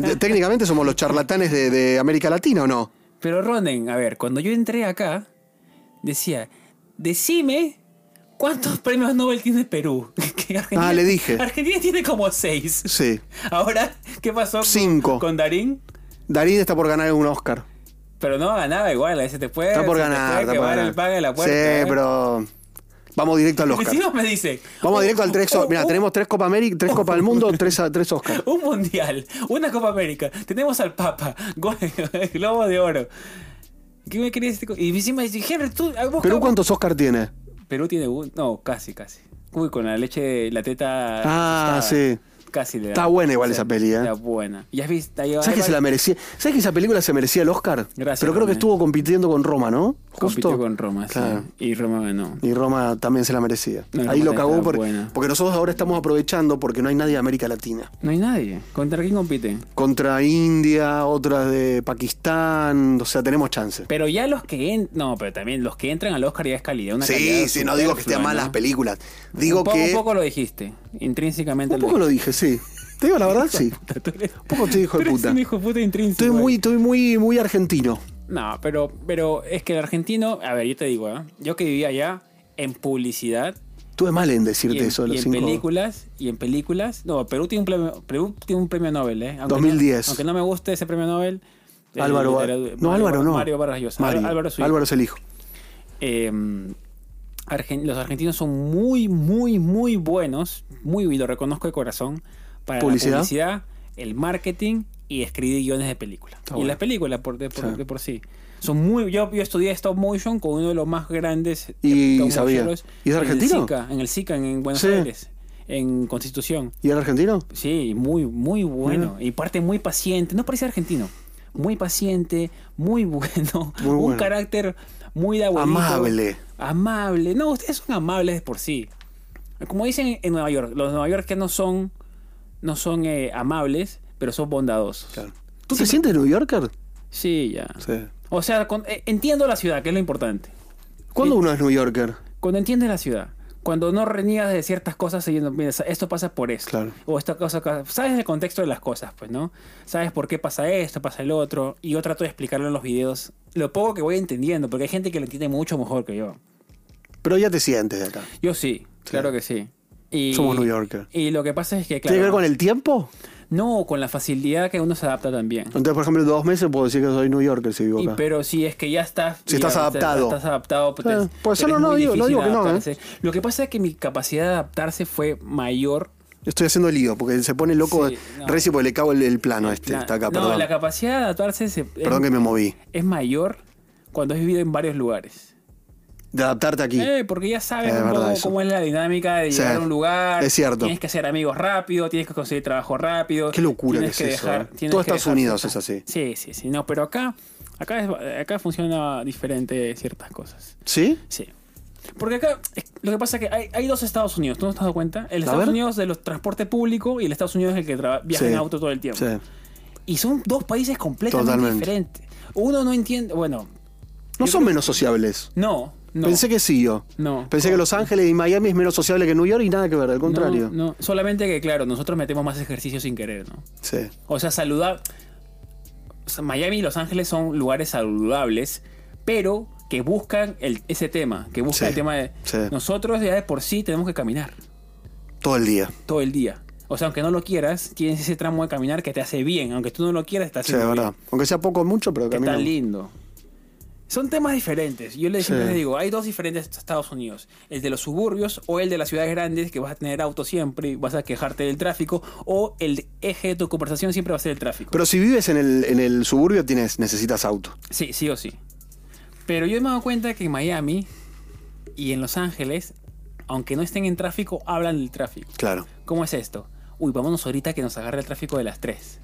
B: t- técnicamente somos los charlatanes de, de América Latina, ¿o no?
A: Pero Ronen, a ver, cuando yo entré acá, decía, decime cuántos premios Nobel tiene Perú. Que Argentina-
B: Ah, le dije.
A: Argentina tiene como seis.
B: Sí.
A: Ahora, ¿qué pasó con-
B: Cinco.
A: Con, Darín?
B: Darín está por ganar un Oscar.
A: Pero no ganaba igual, a ese te puede.
B: Está por
A: Eh, se te
B: ganar.
A: puede
B: Está por
A: quemar
B: ganar.
A: el pan de la puerta.
B: Sí,
A: ¿eh?
B: pero. Vamos directo al
A: Y
B: Oscar.
A: encima me dice. "Oh,
B: Vamos
A: un-
B: directo al tres.
A: un-
B: Mira,
A: un-
B: tenemos tres Copa América, tres Copa del Mundo, tres, a- tres Oscar.
A: Un mundial, una Copa América, tenemos al Papa, gol- Globo de Oro. ¿Qué me querías decir? Y encima dice, Henry, tú. ah, busca-
B: ¿Perú cuántos Oscar tiene?
A: Perú tiene un. No, casi, casi. Uy, con la leche, la teta.
B: Ah, sí.
A: Casi le da.
B: Está buena igual esa peli, ¿eh?
A: Está buena. ¿Y has visto? Ahí va-
B: ¿Sabes que
A: ahí
B: se la
A: va-
B: merecía? ¿Sabes que esa película se merecía el Oscar?
A: Gracias,
B: Pero creo que
A: Romé.
B: estuvo compitiendo con Roma, ¿no?
A: compitió
B: Justo.
A: con Roma, sí.
B: Claro.
A: Y Roma ganó.
B: Y Roma también se la merecía.
A: No, Roma
B: Ahí lo
A: también
B: cagó
A: estaba
B: por-
A: buena.
B: porque nosotros ahora estamos aprovechando porque no hay nadie de América Latina.
A: No hay nadie. ¿Contra quién compiten?
B: Contra India, otras de Pakistán, o sea, tenemos chance.
A: Pero ya los que en- no, pero también los que entran al Oscar ya es calidad. Una
B: Sí,
A: calidad
B: sí, no digo que estén
A: superflua,
B: malas
A: ¿no?
B: películas. Digo
A: un poco,
B: que.
A: un poco lo dijiste. Intrínsecamente.
B: Un poco lo dije, sí. Te digo la verdad, sí.
A: dijiste. Tú eres-
B: Un poco estoy hijo
A: tú
B: de
A: eres
B: puta.
A: un hijo de puta intrínseco.
B: Estoy
A: eh.
B: muy, estoy muy, muy argentino.
A: No, pero, pero es que el argentino, a ver, yo te digo, ¿eh? yo que vivía allá en publicidad
B: Estuve mal en
A: y
B: decirte
A: en,
B: eso de
A: y
B: los
A: en
B: cinco.
A: películas y en películas, no, Perú tiene un premio, Perú tiene un premio Nobel, ¿eh? Aunque no-
B: 2010.
A: aunque no me guste ese premio Nobel. el
B: Álvaro.
A: eh, literatura-
B: No,
A: Mario
B: Álvaro
A: Bar-
B: no.
A: Mario Vargas Llosa.
B: Mario.
A: Álvaro, es su hijo.
B: Álvaro es el hijo.
A: Eh, argen- los argentinos son muy, muy, muy buenos, muy, y lo reconozco de corazón, para
B: Publicidad.
A: la publicidad, el marketing y escribir guiones de películas.
B: Está
A: y
B: Ah, bueno.
A: las películas, por, de, por,
B: Sí.
A: de por sí. Son muy, yo, yo estudié stop motion con uno de los más grandes. eh,
B: Y
A: stop
B: sabía.
A: motioneros
B: ¿Y es
A: en el
B: argentino?
A: SICA, En el SICA, en, Buenos
B: Sí.
A: Aires, en Constitución.
B: ¿Y era argentino?
A: Sí, muy, muy bueno. Y parte muy paciente. No parece argentino. Muy paciente, muy bueno.
B: Muy bueno.
A: Un carácter muy de abuelito.
B: Amable.
A: Amable. No, ustedes son amables de por sí. Como dicen en Nueva York, los neoyorquinos son, no son eh, amables, pero son bondadosos.
B: ¿Tú te sientes New Yorker?
A: Sí, ya.
B: Sí.
A: O sea, con- eh, entiendo la ciudad, que es lo importante.
B: ¿Cuándo uno es New Yorker?
A: Cuando entiendes la ciudad, cuando no reniegas de ciertas cosas y no piensas, esto pasa por esto.
B: Claro.
A: O esta cosa, acá- sabes el contexto de las cosas, pues, ¿no? Sabes por qué pasa esto, pasa el otro. Y yo trato de explicarlo en los videos. Lo poco que voy entendiendo, porque hay gente que lo entiende mucho mejor que yo.
B: Pero ya te sientes de acá.
A: Yo sí, claro que sí. Y,
B: Somos New Yorker.
A: Y lo que pasa es que, claro.
B: ¿Tiene que ver con el tiempo?
A: No, con la facilidad que uno se adapta también.
B: Entonces, por ejemplo, en dos meses puedo decir que soy New Yorker si vivo
A: Y,
B: acá.
A: pero si es que ya estás.
B: Si
A: ya
B: estás adaptado.
A: Estás adaptado. Pues,
B: Eh,
A: te-
B: pues
A: pero
B: solo
A: es
B: no
A: muy
B: digo- no
A: difícil
B: digo que no, ¿eh?
A: adaptarse. Lo que pasa es que mi capacidad de adaptarse fue mayor
B: Estoy haciendo lío porque se pone loco
A: Sí, no.
B: Reci porque le cago el, el plano este.
A: La-
B: está acá,
A: no,
B: perdón.
A: la capacidad de adaptarse se-
B: Perdón
A: es, em,
B: que me moví.
A: es mayor cuando has vivido en varios lugares.
B: De adaptarte aquí.
A: Eh, porque ya sabes
B: Es
A: un
B: verdad
A: poco
B: eso.
A: cómo es la dinámica de
B: Sí,
A: llegar a un lugar.
B: es cierto.
A: Tienes que hacer amigos rápido, tienes que conseguir trabajo rápido.
B: Qué locura
A: tienes
B: que es eso, ¿eh?
A: tienes
B: Todo
A: que
B: Estados
A: dejar
B: Unidos
A: ciertas-
B: es así.
A: Sí, sí, sí. No, pero acá, acá, es- acá funciona diferente ciertas cosas.
B: ¿Sí?
A: Sí. Porque acá eh, lo que pasa es que hay, hay dos Estados Unidos, ¿tú no te has dado cuenta? El Estados
B: ver.
A: Unidos de los transporte público y el Estados Unidos es el que traba- viaja
B: Sí.
A: en auto todo el tiempo.
B: Sí.
A: Y son dos países completamente
B: Totalmente.
A: diferentes. Uno no entiende. Bueno,
B: No
A: Yo
B: son
A: creo-
B: menos sociables.
A: no, no.
B: Pensé que sí yo.
A: No.
B: Pensé que Los Ángeles y Miami es menos sociable que New York y nada que ver, al contrario.
A: No, no. Solamente que, claro, nosotros metemos más ejercicio sin querer, ¿no?
B: Sí.
A: O sea, saludar. o sea, Miami y Los Ángeles son lugares saludables, pero que buscan el, ese tema, que buscan
B: Sí,
A: el tema de.
B: sí.
A: Nosotros ya de por sí tenemos que caminar
B: Todo el día.
A: todo el día. O sea, aunque no lo quieras, tienes ese tramo de caminar que te hace bien. Aunque tú no lo quieras, te hace
B: Sí, de
A: bien.
B: verdad. Aunque sea poco o mucho, pero
A: que está
B: caminamos.
A: lindo. Son temas diferentes. Yo les,
B: Sí.
A: siempre les digo, hay dos diferentes Estados Unidos. El de los suburbios o el de las ciudades grandes que vas a tener auto siempre y vas a quejarte del tráfico. O el eje de tu conversación siempre va a ser el tráfico.
B: Pero si vives en el, en el suburbio, tienes, necesitas auto.
A: sí, sí o sí. Pero yo me he dado cuenta que en Miami y en Los Ángeles, aunque no estén en tráfico, hablan del tráfico.
B: Claro.
A: ¿Cómo es esto? Uy, vámonos ahorita que nos agarre el tráfico de las 3.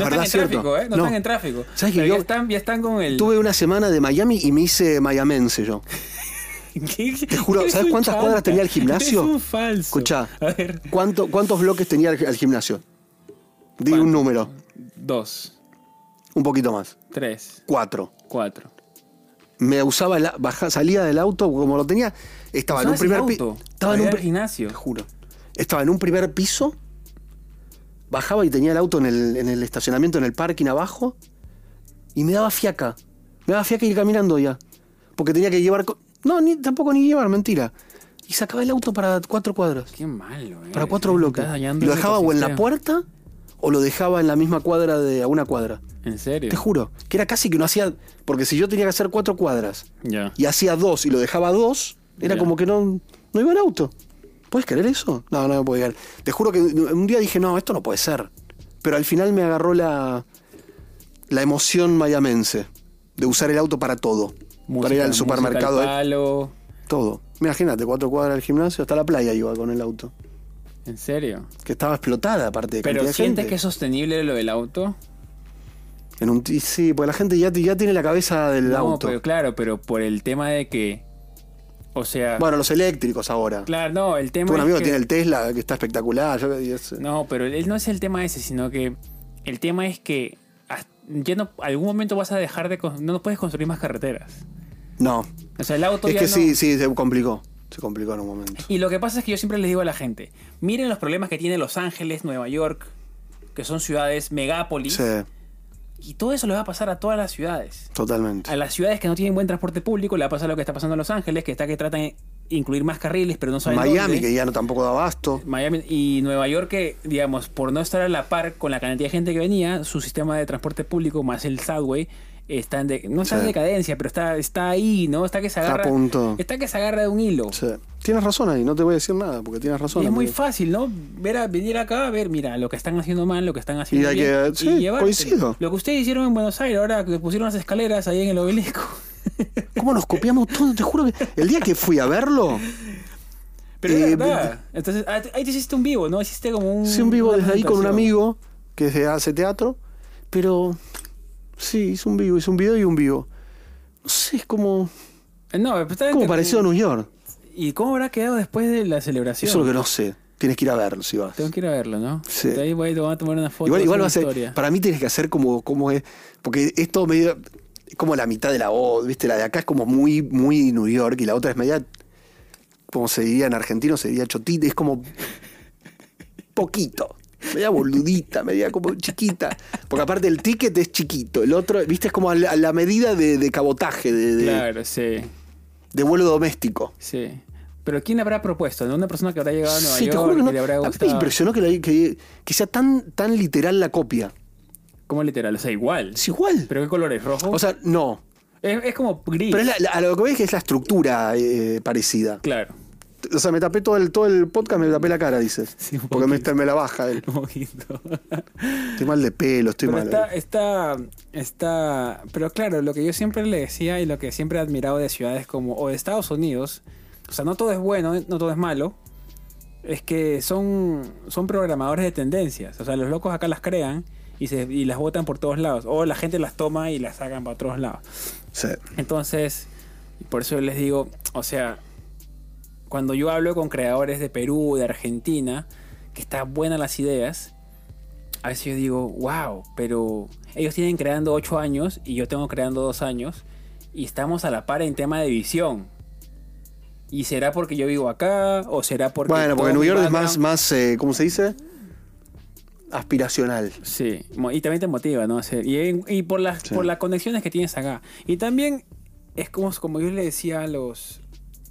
A: no están
B: ¿verdad?
A: en
B: Cierto.
A: tráfico, ¿eh? No,
B: No.
A: están en tráfico.
B: ¿Sabes que
A: Pero
B: yo-
A: ya, están, ya están con el...
B: Tuve una semana de Miami y me hice mayamense yo.
A: ¿Qué-
B: Te juro,
A: eres
B: ¿sabes
A: un
B: cuántas
A: chanta?
B: cuadras tenía el gimnasio?
A: Eres un falso.
B: Escuchá.
A: A ver,
B: ¿Cuánto- ¿Cuántos bloques tenía el, el gimnasio? Di
A: ¿Cuánto?
B: un número.
A: dos,
B: Un poquito más.
A: tres,
B: Cuatro.
A: cuatro.
B: Me usaba la baja, salía del auto, como lo tenía. Estaba en un
A: Usabas el
B: primer piso.
A: auto
B: Estaba
A: para
B: en un
A: ir al
B: pri-
A: gimnasio.
B: Te juro. Estaba en un primer piso. Bajaba y tenía el auto en el, en el estacionamiento, en el parking abajo. Y me daba fiaca. Me daba fiaca ir caminando ya. Porque tenía que llevar. co- No, ni, tampoco ni llevar, mentira. Y sacaba el auto para cuatro cuadras.
A: Qué malo, eh.
B: Para cuatro bloques.
A: Estás
B: Y
A: dañando
B: lo
A: el
B: dejaba o en la
A: ecosistema.
B: puerta o lo dejaba en la misma cuadra de a una cuadra.
A: En serio.
B: Te juro, que era casi que no hacía. Porque si yo tenía que hacer cuatro cuadras
A: Ya.
B: y hacía dos y lo dejaba dos, era
A: Ya.
B: como que no, no iba en auto. ¿Puedes creer eso? No, no me puedo creer. Te juro que un día dije, no, esto no puede ser. Pero al final me agarró la, la emoción mayamense de usar el auto para todo. para ir al
A: Música-
B: supermercado, eh.
A: música al palo.
B: todo. Imagínate, cuatro cuadras al gimnasio, hasta la playa iba con el auto.
A: En serio.
B: Que estaba explotada aparte de
A: Pero
B: cantidad de
A: sientes
B: gente.
A: que es sostenible lo del auto?
B: En un, y sí, porque la gente ya, ya tiene la cabeza del
A: no,
B: auto.
A: pero claro, pero por el tema de que. O sea.
B: Bueno, los eléctricos ahora.
A: claro, no, el tema.
B: Tengo un
A: es
B: amigo que
A: que-
B: tiene el Tesla, que está espectacular. yo- y es-
A: No, pero él no es el tema ese, sino que el tema es que has- ya no algún momento vas a dejar de con- no puedes construir más carreteras.
B: no,
A: O sea, el auto
B: es
A: ya
B: que
A: no-
B: sí, sí, se complicó. Se complicó en un momento.
A: Y lo que pasa es que yo siempre les digo a la gente, miren los problemas que tiene Los Ángeles, Nueva York, que son ciudades megápolis
B: Sí,
A: y todo eso le va a pasar a todas las ciudades.
B: totalmente.
A: A las ciudades que no tienen buen transporte público le va a pasar lo que está pasando en Los Ángeles, que está que tratan de incluir más carriles, pero no saben
B: Miami,
A: dónde.
B: que ya no tampoco da abasto.
A: Miami y Nueva York, que digamos, por no estar a la par con la cantidad de gente que venía, su sistema de transporte público más el subway está en de- no está en
B: Sí.
A: decadencia, pero está, está ahí, ¿no? Está que se
B: Está a
A: agarra.
B: punto.
A: está que se agarra de un hilo.
B: Sí. Tienes razón ahí, no te voy a decir nada, porque tienes
A: Y
B: razón.
A: es muy
B: amigo.
A: fácil, ¿no? Ver a- venir acá a ver, mira, lo que están haciendo mal, lo que están haciendo
B: hay
A: bien,
B: que- sí,
A: llevártelo.
B: coincido.
A: Lo que ustedes hicieron en Buenos Aires, ahora que pusieron las escaleras ahí en el obelisco.
B: ¿Cómo nos copiamos todo? Te juro que el día que fui a verlo,
A: Pero es
B: Eh,
A: verdad. Entonces, ah, ahí te hiciste un vivo, ¿no? Hiciste como un.
B: hice un vivo
A: una
B: desde ahí con un
A: presentación.
B: amigo que se hace teatro, pero sí, hice un vivo, hice un video y un vivo. No sé, es como,
A: Eh, No, pero está-
B: como parecido a New York.
A: ¿Y cómo habrá quedado después de la celebración?
B: Eso es lo que no sé. Tienes que ir a verlo si vas.
A: Tengo que ir a verlo, ¿no?
B: Sí.
A: De ahí voy voy a tomar una foto.
B: Igual, igual
A: hacer
B: va a
A: una
B: ser.
A: historia.
B: Para mí tienes que hacer como, como es. Porque es todo medio. es como la mitad de la voz, ¿viste? La de acá es como muy, muy New York y la otra es media. Como se diría en argentino, se diría chotita. Es como. Poquito. Media boludita, media como chiquita. Porque aparte el ticket es chiquito. El otro, ¿viste? Es como a la, a la medida de, de cabotaje, de, de-
A: Claro, sí,
B: de vuelo doméstico.
A: sí. Pero ¿quién habrá propuesto? ¿No? Una persona que habrá llegado a Nueva
B: Sí, te
A: York
B: juro que no.
A: que le habrá
B: A mí me
A: gustado.
B: impresionó que, la- que- que sea tan, tan literal la copia.
A: ¿Cómo literal? O sea, igual.
B: Es igual.
A: ¿Pero qué color es? ¿Rojo?
B: O sea, no.
A: es, es como gris.
B: Pero es la- la- a lo que ves que es la estructura eh, parecida.
A: Claro.
B: O sea, me tapé todo el, todo el podcast, me tapé la cara, dices.
A: Sí, un
B: porque me, me la baja. él.
A: Un poquito.
B: Estoy mal de pelo, estoy
A: Pero
B: mal.
A: está, está, está. Pero claro, lo que yo siempre le decía y lo que siempre he admirado de ciudades como. o de Estados Unidos. O sea, no todo es bueno, no todo es malo. Es que son, son programadores de tendencias. O sea, los locos acá las crean y, se, y las botan por todos lados. O la gente las toma y las sacan para otros lados.
B: Sí.
A: Entonces, por eso les digo, o sea, cuando yo hablo con creadores de Perú, de Argentina, que están buenas las ideas, a veces yo digo, wow, pero ellos tienen creando 8 años y yo tengo creando 2 años y estamos a la par en tema de visión. ¿Y será porque yo vivo acá? ¿O será porque...
B: bueno, porque
A: todo
B: New
A: mi
B: York es más,
A: background-
B: más eh, ¿cómo se dice? Aspiracional.
A: Sí, mo- y también te motiva, ¿no? Hacer- Y, y por, las,
B: Sí.
A: por las conexiones que tienes acá. Y también es como, como yo le decía a los...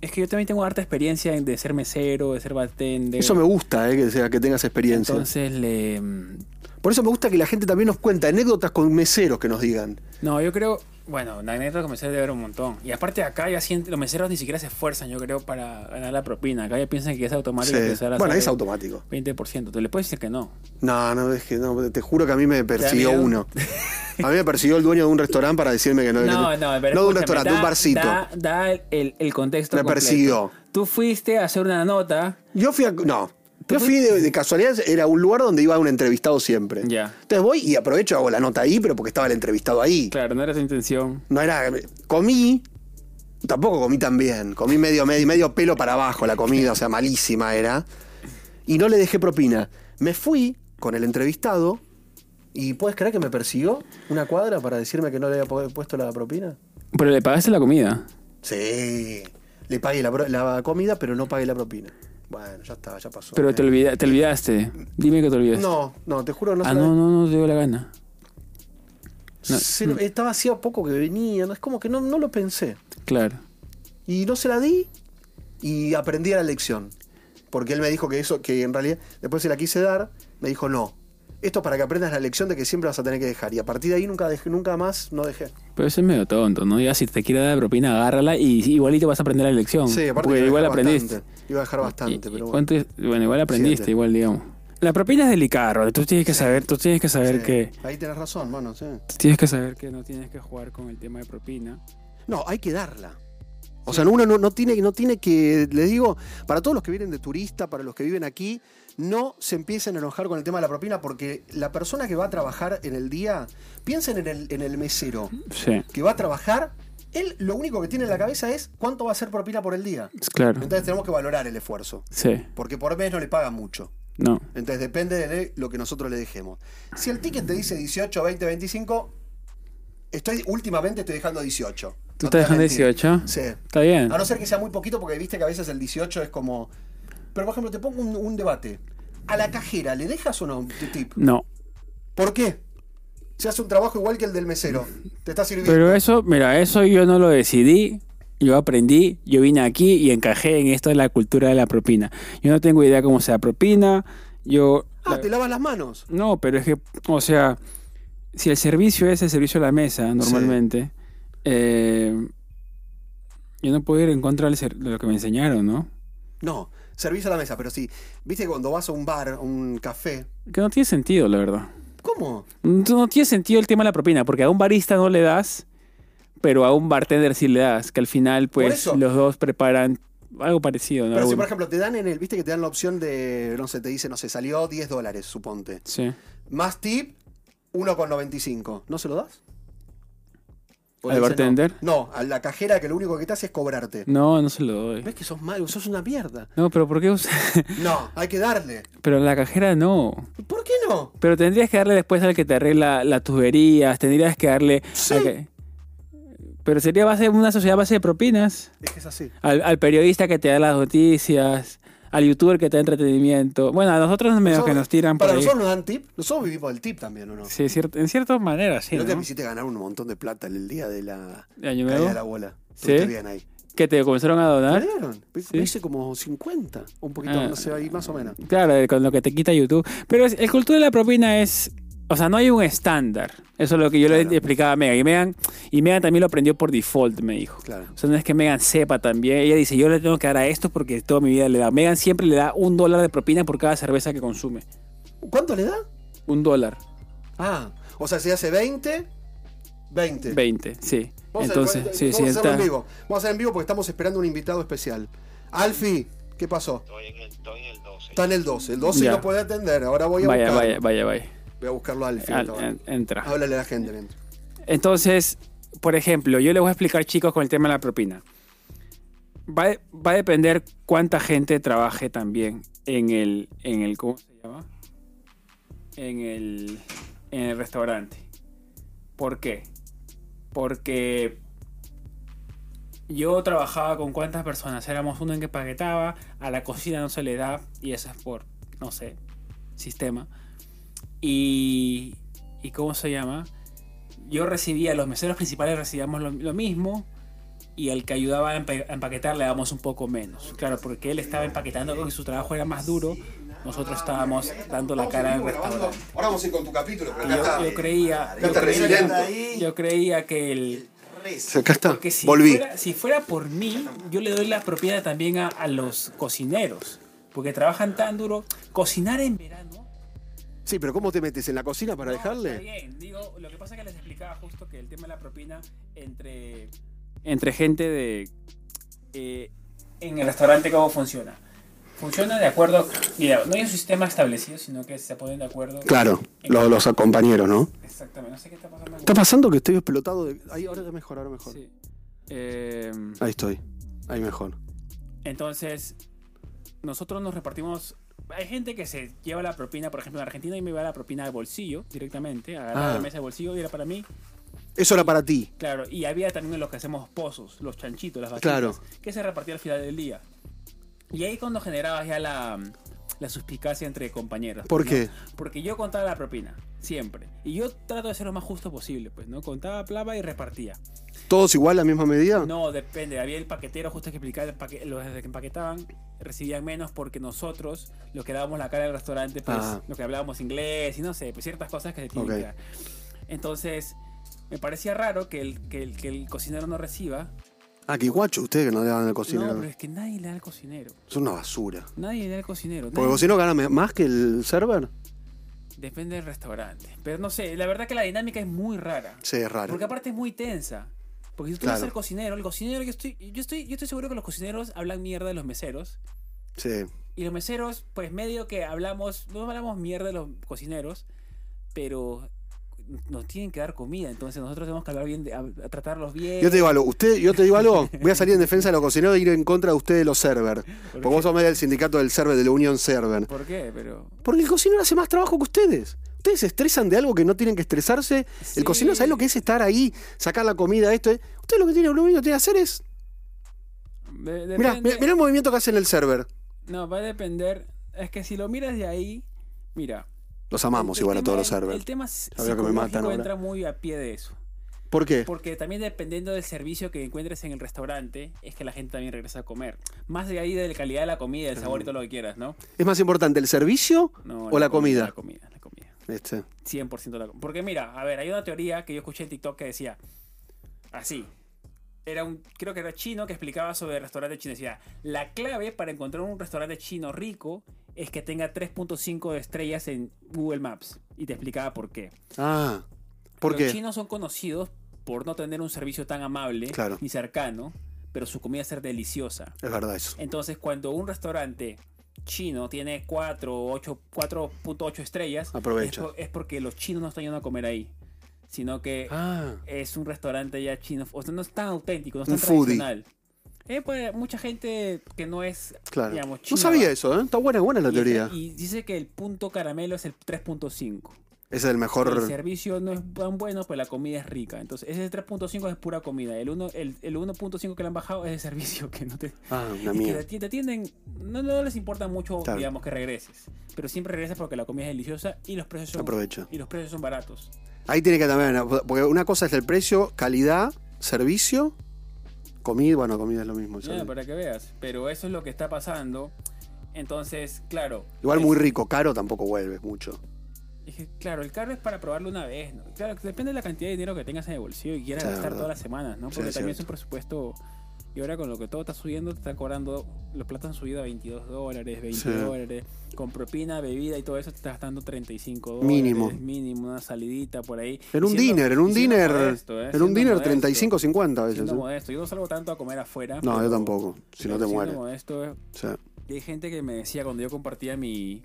A: Es que yo también tengo harta experiencia en- de ser mesero, de ser bartender.
B: Eso me gusta, eh, que, sea, que tengas experiencia.
A: Entonces le... mm,
B: Por eso me gusta que la gente también nos cuenta anécdotas con meseros que nos digan.
A: No, yo creo... Bueno, la neta los meseros debe haber un montón. Y aparte acá ya sienten, los meseros ni siquiera se esfuerzan, yo creo, para ganar la propina. Acá ya piensan que es automático.
B: Sí.
A: empezar a
B: Bueno,
A: hacer
B: es automático.
A: 20%. Te le puedes decir que no.
B: No, no, es que no, te juro que a mí me persiguió
A: miedo?
B: uno. A mí me persiguió el dueño de un restaurante para decirme que no.
A: No, no, pero
B: de un
A: escúchame,
B: restaurante, de
A: da-
B: un barcito.
A: Da, da el, el contexto.
B: Me
A: completo.
B: persiguió.
A: Tú fuiste a hacer una nota.
B: Yo fui a. No. Yo fui de, de casualidad, era un lugar donde iba un entrevistado siempre.
A: Ya.
B: Entonces voy y aprovecho, hago la nota ahí, pero porque estaba el entrevistado ahí.
A: Claro, no era tu intención.
B: No era. Comí, Tampoco comí tan bien. Comí medio, medio, medio pelo para abajo la comida, o sea, malísima era. Y no le dejé propina. Me fui con el entrevistado y ¿puedes creer que me persiguió una cuadra para decirme que no le había pu- puesto la propina?
A: Pero le pagaste la comida.
B: Sí. Le pagué la, pro- la comida, pero no pagué la propina. Bueno, ya está, ya pasó.
A: Pero te, olvida- te olvidaste. Dime que te olvidaste.
B: No, no, te juro, no
A: Este, ah,
B: se la-
A: no, no, no te dio la gana. no.
B: se lo- Estaba hacía poco que venía, ¿no? es como que no, no lo pensé.
A: Claro.
B: Y no se la di y aprendí la lección. Porque él me dijo que eso, que en realidad, después se la quise dar, me dijo no. Esto es para que aprendas la lección de que siempre vas a tener que dejar. Y a partir de ahí nunca, dejé- nunca más no dejé.
A: Pero eso es medio tonto, ¿no? Ya si te quiere dar propina, agárrala y igualito vas a aprender la lección.
B: Sí, aparte
A: porque Oh, pues
B: iba a
A: igual
B: dejar
A: aprendiste.
B: bastante. Iba a dejar bastante,
A: Y-
B: pero
A: y
B: bueno.
A: cuánto es- bueno, igual aprendiste,
B: Siguiente.
A: igual digamos. La propina es delicada, Rodri. Tú tienes que saber, tú tienes que saber
B: Sí,
A: que
B: Ahí tenés razón, bueno, sí.
A: tienes que saber que no tienes que jugar con el tema de propina.
B: No, hay que darla. O sea, uno no, no tiene, no tiene que, les digo, para todos los que vienen de turista, para los que viven aquí, no se empiecen a enojar con el tema de la propina, porque la persona que va a trabajar en el día, piensen en el, en el mesero
A: Sí,
B: que va a trabajar, él lo único que tiene en la cabeza es cuánto va a ser propina por el día.
A: es claro.
B: Entonces tenemos que valorar el esfuerzo,
A: Sí,
B: porque por mes no le pagan mucho.
A: no.
B: Entonces depende de lo que nosotros le dejemos. Si el ticket te dice 18, 20, 25, estoy, últimamente estoy dejando 18.
A: ¿Tú
B: No te
A: estás
B: voy a
A: dejando
B: mentir.
A: 18?
B: Sí.
A: Está bien.
B: A no ser que sea muy poquito, porque viste que a veces el 18 es como. Pero por ejemplo, te pongo un, un debate. ¿A la cajera le dejas o no un tip?
A: No.
B: ¿Por qué? Se hace un trabajo igual que el del mesero. Te está sirviendo.
A: Pero eso, mira, eso yo no lo decidí. Yo aprendí, yo vine aquí y encajé en esto de la cultura de la propina. Yo no tengo idea cómo sea propina. Yo
B: Ah, te lavas las manos.
A: No, pero es que, o sea, si el servicio es el servicio a la mesa, normalmente, eh, yo no puedo ir en contra del ser- de lo que me enseñaron, ¿no?
B: No, servís a la mesa, pero sí. Viste que cuando vas a un bar, a un café.
A: Que no tiene sentido, la verdad.
B: ¿Cómo?
A: No, no tiene sentido el tema de la propina, porque a un barista no le das, pero a un bartender sí le das, que al final,
B: Por
A: pues,
B: eso.
A: los dos preparan algo parecido, ¿no?
B: Pero si,
A: Alguno.
B: por ejemplo, te dan en el. Viste que te dan la opción de. No sé, te dice, no sé, salió 10 dólares, suponte.
A: Sí.
B: Más tip, 1,95. ¿No se lo das? ¿O
A: ¿Al
B: le dices no?
A: bartender?
B: pues No, a la cajera que lo único que te hace es cobrarte.
A: No, no se lo doy.
B: ¿Ves que sos malo? Sos una mierda.
A: No, pero ¿por qué? us-
B: No, hay que darle.
A: pero la cajera no.
B: ¿Por qué no?
A: Pero tendrías que darle después al que te arregla las tuberías, tendrías que darle...
B: Sí.
A: al que- Pero sería base, una sociedad a base de propinas.
B: Es que es así.
A: Al, al periodista que te da las noticias, al youtuber que te da entretenimiento. Bueno, a nosotros medio que
B: Nosotros-
A: nos tiran por
B: Para
A: ahí.
B: nosotros nos dan tip. Nosotros vivimos del tip también, ¿o no?
A: Sí, cier- en ciertas maneras, sí.
B: ¿No te
A: ¿no?
B: hiciste ganar un montón de plata el día de la
A: De Año
B: caída de la
A: nuevo.
B: bola?
A: Sí.
B: Estuviste bien ahí.
A: Que te comenzaron a
B: ¿Me
A: donar.
B: dieron? Me-
A: Sí.
B: Me hice como 50. Un poquito,
A: Ah.
B: no sé, ahí más o menos.
A: Claro, con lo que te quita YouTube. Pero es- el cultura de la propina es. O sea, no hay un estándar. Eso es lo que yo
B: Claro.
A: le explicaba a Megan. Y Megan, y Megan también lo aprendió por default, me dijo.
B: Claro.
A: O sea, no es que Megan sepa también. Ella dice, yo le tengo que dar a esto porque toda mi vida le da. Megan siempre le da un dólar de propina por cada cerveza que consume.
B: ¿Cuánto le da?
A: Un dólar.
B: Ah, o sea, si hace 20, 20.
A: 20, sí.
B: Vamos a-
A: Entonces,
B: vamos
A: sí, sí.
B: a hacerlo en
A: está-
B: vivo. Vamos a hacer en vivo porque estamos esperando un invitado especial. Alfi, ¿qué pasó?
C: Estoy en el, estoy en el 12.
B: Está en el 12. El 12
A: Ya.
B: no puede atender. Ahora voy a
A: Vaya,
B: buscarlo.
A: vaya, vaya, vaya.
B: Voy a buscarlo a Alfi.
A: Al-
B: ahora.
A: en- entra.
B: Háblale a la gente. mientras.
A: Entonces, por ejemplo, yo les voy a explicar, chicos, con el tema de la propina. Va, de- va a depender cuánta gente trabaje también en el, en el ¿cómo se llama? En el, en el restaurante. ¿Por qué? Porque yo trabajaba con cuántas personas. Éramos uno en que paquetaba, a la cocina no se le da, y eso es por, no sé, sistema. Y, ¿y cómo se llama? yo recibía, los meseros principales recibíamos lo, lo mismo y al que ayudaba a empa- a empaquetar le dábamos un poco menos. Claro, porque él estaba empaquetando porque su trabajo era más duro, nosotros estábamos dando la cara al restaurante.
B: Ahora vamos a ir con tu capítulo. pero acá
A: Yo, yo
B: está.
A: creía,
B: Acá
A: yo
B: está
A: creía,
B: Residente.
A: yo creía que el...
B: Acá está.
A: Porque si,
B: Volví.
A: Fuera, si fuera por mí, yo le doy la propiedad también a, a los cocineros, porque trabajan tan duro. Cocinar en verano
B: Sí, pero ¿cómo te metes? ¿En la cocina para
A: No,
B: dejarle?
A: está bien, digo, lo que pasa es que les explicaba justo que el tema de la propina entre, entre gente de eh, en el restaurante cómo funciona. Funciona de acuerdo, mira, no hay un sistema establecido, sino que se ponen de acuerdo.
B: Claro, lo- los compañeros, ¿no?
A: Exactamente, no sé qué está pasando.
B: Está pasando que estoy explotado. De... Ahí, ahora está mejor, ahora mejor.
A: Sí. Eh,
B: Ahí estoy. Ahí mejor.
A: entonces, nosotros nos repartimos. Hay gente que se lleva la propina, por ejemplo, en Argentina, y me va la propina al bolsillo directamente. Agarra
B: Ah.
A: la mesa de bolsillo y era para mí.
B: Eso era para ti.
A: Claro, y había también los que hacemos pozos, los chanchitos, las vaquitas,
B: Claro.
A: que se repartía al final del día. Y ahí cuando generabas ya la, la suspicacia entre compañeros.
B: ¿Por
A: ¿no?
B: qué?
A: Porque yo contaba la propina, siempre. Y yo trato de ser lo más justo posible, pues, ¿no? Contaba plava y repartía.
B: ¿Todos igual, la misma medida?
A: No, depende. Había el paquetero, justo que explicaba, el paque- los que empaquetaban recibían menos porque nosotros, los que dábamos la cara del restaurante, pues
B: Ah.
A: los que hablábamos inglés y no sé, pues ciertas cosas que se tienen
B: Ok.
A: que dar. Entonces, me parecía raro que el, que el, que el cocinero no reciba.
B: Ah, que guacho, ustedes que no le dan al
A: No,
B: cocinero.
A: pero es que nadie le da al cocinero.
B: Son una basura.
A: Nadie le da al cocinero.
B: Porque el
A: nadie-
B: Pues, cocinero gana me- más que el server.
A: Depende del restaurante. Pero no sé, la verdad que la dinámica es muy rara.
B: Sí, es raro.
A: Porque aparte es muy tensa. Porque si tú
B: Claro.
A: vas al cocinero, el cocinero, yo estoy, yo estoy, yo estoy seguro que los cocineros hablan mierda de los meseros.
B: Sí.
A: Y los meseros, pues medio que hablamos, no hablamos mierda de los cocineros, pero nos tienen que dar comida, entonces nosotros tenemos que hablar bien, de, a- a tratarlos bien.
B: Yo te digo algo, usted, yo te digo algo, voy a salir en defensa de los cocineros y ir en contra de ustedes los server. Porque vos sos medio del sindicato del server, de la Unión Server.
A: ¿Por qué? Pero
B: Porque el cocinero hace más trabajo que ustedes. Ustedes se estresan de algo que no tienen que estresarse.
A: Sí.
B: El cocinero sabe lo que es estar ahí, sacar la comida, esto. eh. Ustedes lo que tienen, lo único que tienen que hacer es.
A: de-
B: Mirá,
A: depende-
B: mirá mirá el movimiento que hacen el server.
A: no va a depender, es que si lo miras de ahí, mira,
B: Los amamos
A: el- el
B: igual a
A: tema-
B: todos los
A: el-
B: servers.
A: El tema
B: A ver que me matan
A: psicológico
B: ahora.
A: entra muy a pie de eso.
B: ¿Por qué?
A: Porque también dependiendo del servicio que encuentres en el restaurante, es que la gente también regresa a comer. Más de ahí de la calidad de la comida, el sabor y todo lo que quieras, ¿no?
B: ¿Es más importante el servicio
A: No,
B: o la comida?
A: La comida, la comida.
B: Este.
A: 100% la comida. Porque mira, a ver, hay una teoría que yo escuché en TikTok que decía, así. Era un, creo que era chino que explicaba sobre restaurantes chinos. Decía, la clave para encontrar un restaurante chino rico es que tenga 3.5 de estrellas en Google Maps. Y te explicaba por qué.
B: Ah. ¿Por
A: Los
B: qué?
A: chinos son conocidos por no tener un servicio tan amable
B: Claro.
A: ni cercano, pero su comida ser deliciosa.
B: Es verdad eso.
A: Entonces, cuando un restaurante chino tiene 4 o 8 4.8 estrellas,
B: Aprovecha.
A: Es, por- es porque los chinos no están yendo a comer ahí, sino que
B: Ah.
A: es un restaurante ya chino, o sea, no es tan auténtico, no es
B: Un
A: tan
B: foodie.
A: tradicional. Eh, pues, mucha gente que no es,
B: Claro.
A: digamos,
B: no
A: china.
B: sabía
A: va.
B: eso, ¿eh? Está buena, buena la
A: Y-
B: teoría.
A: Y, dice que el punto caramelo es el 3.5.
B: Ese es el mejor.
A: El servicio no es tan bueno, pero la comida es rica. Entonces, ese 3.5 es pura comida. El uno- el, el 1.5 que le han bajado es el servicio que no te,
B: Ah, una
A: y que
B: mía.
A: te ati- te atienden, no, no les importa mucho,
B: Claro.
A: digamos, que regreses. Pero siempre regresas porque la comida es deliciosa y los precios son,
B: Aprovecha.
A: Y los precios son baratos.
B: Ahí tiene que también. Porque una cosa es el precio, calidad, servicio, comida. Bueno, comida es lo mismo.
A: Ya,
B: servicio.
A: para que veas. Pero eso es lo que está pasando. Entonces, claro.
B: Igual
A: es-
B: muy rico, caro tampoco vuelve mucho.
A: es que, claro, el carro es para probarlo una vez. ¿no? Claro, depende de la cantidad de dinero que tengas en el bolsillo y quieras
B: Sí, es
A: gastar
B: verdad.
A: todas las semanas, ¿no?
B: Sí,
A: Porque
B: es
A: también es un
B: cierto.
A: presupuesto. Y ahora con lo que todo está subiendo, te están cobrando. Los platos han subido a 22 dólares, 20
B: Sí.
A: dólares. Con propina, bebida y todo eso, te estás gastando 35 dólares.
B: Mínimo.
A: Mínimo, una salidita por ahí.
B: En un
A: Y siendo-
B: dinner, en un
A: y siendo
B: dinner.
A: modesto, ¿eh?
B: en
A: Siendo
B: un dinner,
A: modesto,
B: 35, 50 a veces.
A: Siendo
B: ¿eh?
A: modesto. Yo no salgo tanto a comer afuera.
B: No, yo
A: pero-
B: tampoco. Si
A: pero
B: no te
A: siendo
B: mueres.
A: modesto,
B: Sí.
A: y hay gente que me decía cuando yo compartía mi.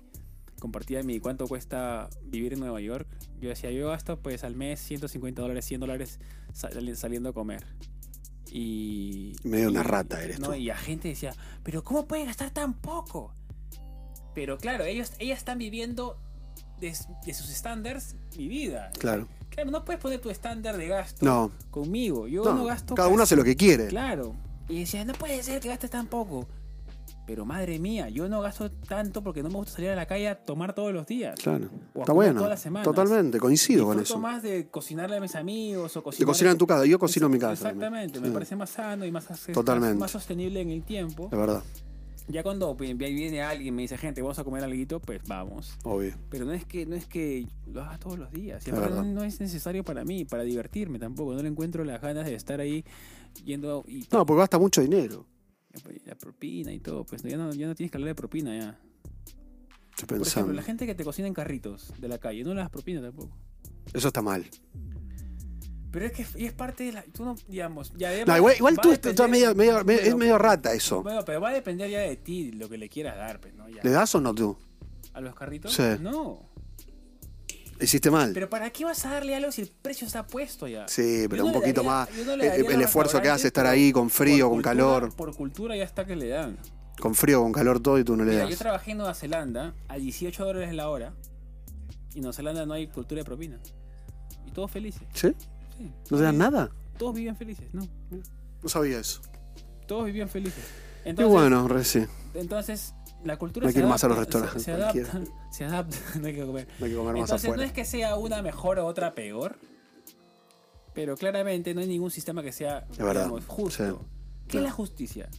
A: Compartía mi cuánto cuesta vivir en Nueva York. Yo decía, yo gasto pues al mes 150 dólares, 100 dólares sali- saliendo a comer. Y.
B: Medio una
A: y-
B: rata eres
A: no,
B: tú.
A: Y la gente decía, ¿pero cómo puede gastar tan poco? Pero claro, ellos, ellas están viviendo de, s- de sus estándares mi vida.
B: Claro.
A: Claro, no puedes poner tu estándar de gasto
B: No.
A: conmigo. Yo no,
B: no,
A: gasto.
B: cada uno
A: casi-
B: hace lo que quiere.
A: Claro. Y decía, no puede ser que gastes tan poco. Pero madre mía, yo no gasto tanto porque no me gusta salir a la calle a tomar todos los días.
B: Claro.
A: O a
B: Está
A: comer
B: bueno.
A: todas las semanas.
B: Totalmente, coincido con
A: Disfruto
B: eso.
A: más de cocinarle a mis amigos o cocinar.
B: Te cocinan en tu casa, yo cocino en mi casa.
A: Exactamente, me
B: Sí,
A: parece más sano y más, acces-
B: Totalmente.
A: más, más sostenible en el tiempo.
B: La verdad,
A: Ya cuando vi- viene alguien y me dice, gente, vamos a comer algo, pues vamos.
B: obvio.
A: Pero no es que no es que lo haga todos los días. Y
B: Es
A: aparte no,
B: verdad.
A: no es necesario para mí, para divertirme tampoco. No le encuentro las ganas de estar ahí yendo y
B: No, porque gasta mucho dinero.
A: pues, La propina y todo, pues ya no, ya no tienes que hablar de propina ya. Por ejemplo,
B: Estoy
A: la
B: pensando.
A: gente que te cocina en carritos de la calle, no le das propina tampoco.
B: Eso está mal.
A: Pero es que y es parte de la. Tú no, digamos. Ya
B: No,
A: además,
B: igual, igual
A: va
B: tú
A: a
B: estás medio-
A: depender-
B: medio- me- es
A: pero-
B: medio rata eso.
A: Bueno, pero va a depender ya de ti lo que le quieras dar, pues, ¿no? Ya.
B: ¿Le das o no tú?
A: ¿A los carritos?
B: Sí.
A: No.
B: Hiciste mal.
A: Pero ¿para qué vas a darle algo si el precio está puesto ya?
B: Sí,
A: Yo
B: pero
A: no
B: un
A: le
B: poquito
A: daría-
B: más.
A: yo no le
B: Eh,
A: daría a
B: el
A: los
B: esfuerzo que hace
A: restaurantes
B: estar ahí con frío,
A: por
B: con
A: cultura-
B: calor.
A: Por cultura ya está que le dan.
B: Con frío, con calor, todo y tú no le
A: Mira, yo
B: das.
A: trabajé en Nueva Zelanda a 18 dólares la hora y en Nueva Zelanda no hay cultura de propina. Y todos felices.
B: ¿Sí?
A: sí.
B: ¿No te dan nada?
A: Todos vivían felices, no.
B: No sabía eso.
A: Todos vivían felices.
B: Y
A: Entonces,
B: bueno, recién.
A: entonces la cultura
B: No hay
A: se
B: que ir más a los
A: adapta,
B: restaurantes,
A: Se, se
B: cualquiera.
A: adapta, se adapta, no hay que comer.
B: No hay que comer más
A: Entonces no
B: afuera.
A: es que sea una mejor o otra peor, pero claramente no hay ningún sistema que sea
B: verdad,
A: digamos, justo.
B: sí.
A: ¿Qué es
B: No.
A: la justicia?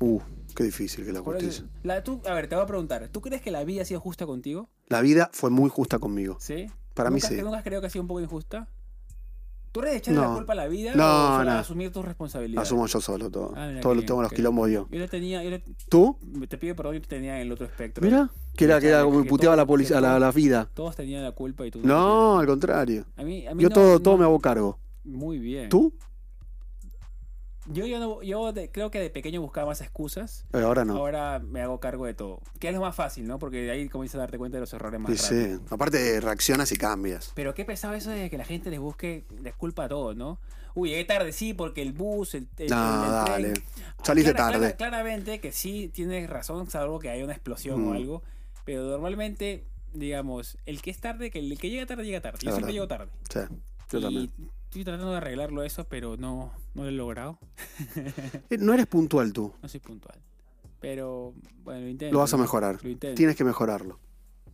B: Uh, qué difícil que la
A: Por eso,
B: justicia.
A: la- tú- a ver, te voy a preguntar, ¿tú crees que la vida ha sido justa contigo?
B: La vida fue muy justa conmigo.
A: ¿Sí?
B: Para mí
A: ¿Nunca has-
B: sí.
A: ¿Nunca has creído que ha sido un poco injusta? ¿Tú eres de echarle
B: No.
A: la culpa a la vida
B: No,
A: o solo
B: no.
A: asumir tus responsabilidades?
B: Asumo yo solo todo.
A: Ah, mira
B: todo
A: qué
B: lo
A: bien,
B: tengo los
A: ok.
B: quilombo yo.
A: Yo la tenía, yo la-
B: ¿Tú?
A: te pido perdón, yo tenía el otro espectro.
B: Mira. Que era, que era como
A: Que
B: puteaba a la,
A: todo-
B: policía, a la, a la vida.
A: Todos tenían la culpa y tú
B: No, al contrario.
A: A mí, a mí
B: Yo
A: no-
B: todo, todo
A: no-
B: me hago cargo.
A: Muy bien.
B: ¿Tú?
A: Yo, yo, no- yo de- creo que de pequeño buscaba más excusas.
B: Eh, Ahora no.
A: Ahora me hago cargo de todo. Que es lo más fácil, ¿no? Porque de ahí comienzas a darte cuenta de los errores más
B: Y
A: rápido.
B: sí. Aparte, reaccionas y cambias.
A: Pero qué pesado eso de que la gente les busque la culpa a todos, ¿no? Uy, llegué tarde, sí, porque el bus, el, el- el-
B: No,
A: el tren.
B: dale. Saliste
A: Clara-
B: tarde.
A: clara- claramente que sí tienes razón, salvo que haya una explosión
B: Mm.
A: o algo. Pero normalmente, digamos, el que es tarde, que el que llega tarde, llega tarde. Yo
B: Es
A: siempre
B: verdad.
A: llego tarde.
B: Sí, yo
A: y
B: también.
A: estoy tratando de arreglarlo eso, pero no, no lo he logrado.
B: Eh, No eres puntual tú.
A: No soy puntual. Pero, bueno, lo intento.
B: Lo vas a
A: ¿no?
B: mejorar.
A: Lo intento.
B: Tienes que mejorarlo.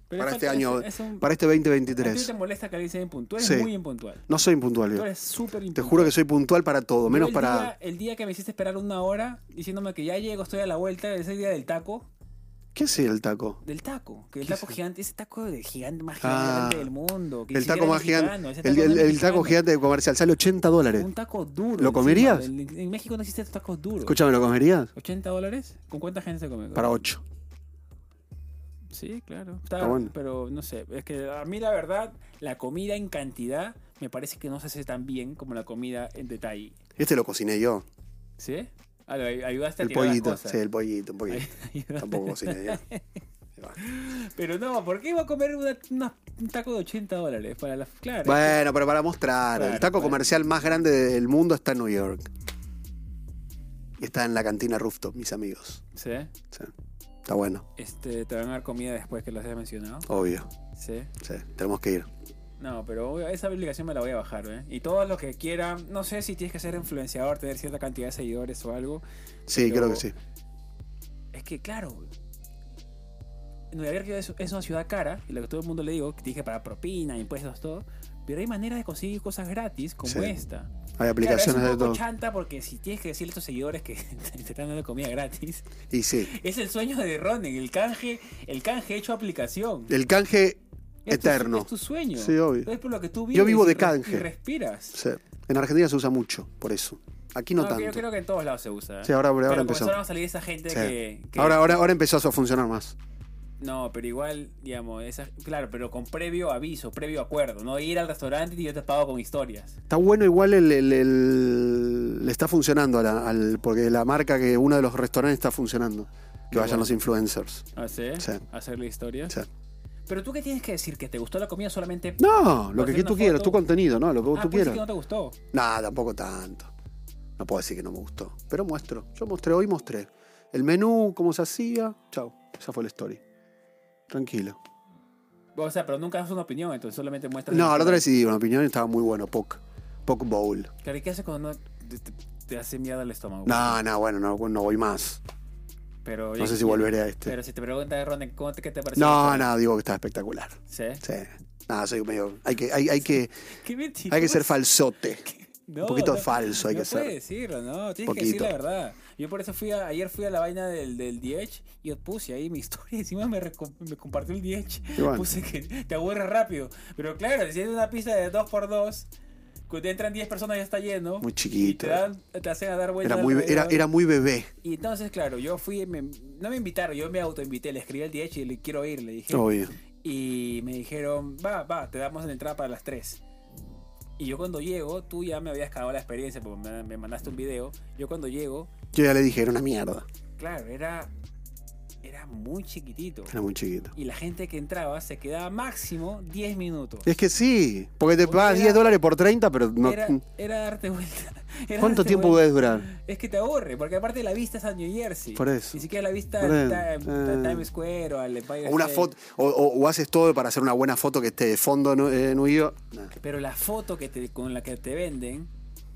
A: Pero
B: para
A: es
B: este
A: falta-
B: año-
A: es- es un-
B: Para este
A: ¿A ti te
B: 2023.
A: molesta que le dicen impuntual? Tú
B: Sí.
A: eres muy impuntual.
B: No soy impuntual
A: Tú
B: yo.
A: eres súper
B: Te
A: impuntual.
B: juro que soy puntual para todo,
A: Yo
B: menos
A: el
B: para...
A: día- el día que me hiciste esperar una hora diciéndome que ya llego, estoy a la vuelta, ese día del taco,
B: ¿Qué es el taco?
A: Del taco, que el
B: ¿Qué
A: taco
B: es?
A: gigante, ese taco de gigante más
B: Ah,
A: gigante del mundo. que ni
B: El
A: siquiera
B: taco
A: es
B: más
A: mexicano,
B: gigante.
A: ese
B: El,
A: no
B: el-
A: es
B: el taco
A: mexicano,
B: gigante de comercial sale 80 dólares.
A: Un taco duro.
B: ¿Lo
A: encima,
B: comerías?
A: el- en México no existen tacos duros.
B: Escúchame, ¿lo comerías?
A: ¿80 dólares? ¿Con cuánta gente se come?
B: Para 8.
A: Sí, claro. Está,
B: Está bueno.
A: Pero no sé, es que a mí la verdad, la comida en cantidad me parece que no se hace tan bien como la comida en detalle.
B: Este lo cociné yo.
A: ¿Sí? Ah, lo ay- ayudaste a
B: El
A: tirar las
B: pollito.
A: cosas.
B: Sí, el pollito, un poquito.
A: Ayudaste.
B: Tampoco cociné yo.
A: Pero no, ¿por qué iba a comer una- una- un taco de 80 dólares? Para las claras.
B: Bueno, pero para mostrar,
A: Claro,
B: el taco
A: bueno.
B: comercial más grande del mundo está en New York. Y está en la cantina Rooftop, mis amigos.
A: ¿Sí?
B: Sí. Está bueno,
A: Este, te van a dar comida después que las hayas mencionado.
B: obvio.
A: Sí.
B: Sí, tenemos que ir.
A: No, pero obvio, esa aplicación me la voy a bajar, ¿eh? Y todos los que quieran, no sé si tienes que ser influenciador, tener cierta cantidad de seguidores o algo.
B: Sí,
A: Pero-
B: creo que sí.
A: Es que, claro, Nueva York es, es una ciudad cara, y lo que todo el mundo le digo, que tienes que pagar propina, impuestos, todo. Pero hay maneras de conseguir cosas gratis como
B: Sí.
A: esta.
B: Hay aplicaciones
A: claro, es un poco
B: de todo.
A: chanta porque si tienes que decirle a tus seguidores que te están dando comida gratis,
B: Y sí.
A: es el sueño de Ronen, el canje, el canje hecho aplicación.
B: El canje
A: Es tu-
B: Eterno.
A: es tu sueño.
B: Sí, obvio.
A: Es por lo que tú vives.
B: Yo vivo
A: y
B: de
A: re-
B: canje.
A: y respiras.
B: sí, en Argentina se usa mucho, por eso. Aquí no,
A: No, que
B: tanto.
A: Yo creo que en todos lados se usa. ¿eh?
B: Sí, ahora,
A: Pero
B: ahora empezó.
A: comenzaron a salir esa gente
B: Sí.
A: que, que-
B: Ahora, ahora, ahora empezó a funcionar más.
A: No, pero igual, digamos, esa... claro, pero con previo aviso, previo acuerdo, ¿no? Ir al restaurante y yo te pago con historias.
B: Está bueno igual el, el- el- le está funcionando a la- al porque la marca que uno de los restaurantes está funcionando. Que
A: Qué
B: vayan
A: bueno.
B: los influencers.
A: ¿Hacer?
B: Sí.
A: eh? Hacerle historias.
B: Sí.
A: Pero tú qué tienes que decir, que te gustó la comida solamente.
B: No, lo
A: Hacer
B: que
A: una
B: tú quieras,
A: foto.
B: tu contenido, ¿no? Lo que
A: Ah,
B: tú
A: pues sí
B: quieras.
A: que no te gustó.
B: Nada, tampoco tanto. No puedo decir que no me gustó. Pero muestro. Yo mostré, hoy mostré. El menú, cómo se hacía. Chao. Esa fue la story. Tranquilo.
A: O sea, pero nunca das una opinión, entonces solamente muestras.
B: No, la otra vez sí di una opinión y estaba muy bueno. Poc. Poc Bowl.
A: Claro, ¿y qué haces cuando no te, te- te hace mierda el estómago?
B: No, no, bueno, no, no voy más.
A: Pero,
B: No sé si volveré a este.
A: Pero si te preguntas, Ronen, ¿cómo te, ¿qué te pareció?
B: No, no, digo que está espectacular.
A: ¿Sí?
B: Sí. Nada, soy medio. Hay que, hay, hay que,
A: Qué mentiroso.
B: hay que ser falsote.
A: No,
B: Un poquito
A: no,
B: falso hay
A: no
B: que ser.
A: puedes decirlo, no. Tienes que decir
B: Poquito.
A: la verdad. Yo por eso fui a, ayer fui a la vaina del, del Diech y yo puse ahí mi historia. Encima me, reco- me compartió el Diech.
B: Y bueno.
A: Puse que te aburres rápido. Pero claro, si es una pista de 2x2, cuando entran 10 personas ya está lleno.
B: Muy
A: Y
B: chiquito.
A: te, dan, te hacen a dar vueltas.
B: Era muy, era,
A: alrededor.
B: era muy bebé.
A: Y entonces, claro, yo fui, me- no me invitaron, yo me autoinvité, le escribí al DH y le quiero ir, le dije.
B: Obvio.
A: Y me dijeron, va, va, te damos la entrada para las 3. Y yo cuando llego, tú ya me habías cagado la experiencia porque me, me mandaste un video. Yo cuando llego,
B: Yo ya le dije, era una mierda.
A: claro, era era muy chiquitito.
B: Era muy chiquito.
A: Y la gente que entraba se quedaba máximo 10 minutos.
B: Es que sí, porque te
A: Porque
B: pagas
A: era-
B: 10 dólares por 30, pero no...
A: Era, era darte vuelta. era
B: ¿Cuánto
A: darte
B: tiempo
A: vuelta.
B: puedes durar?
A: Es que te aburre, porque aparte la vista es a New Jersey.
B: Por eso.
A: Ni siquiera la vista
B: Por
A: al
B: eso,
A: Time-
B: eh.
A: a Times Square o al Empire
B: O una
A: State.
B: foto, o, o- o haces todo para hacer una buena foto que esté de fondo nu- eh, nudido.
A: Pero la foto que te, con la que te venden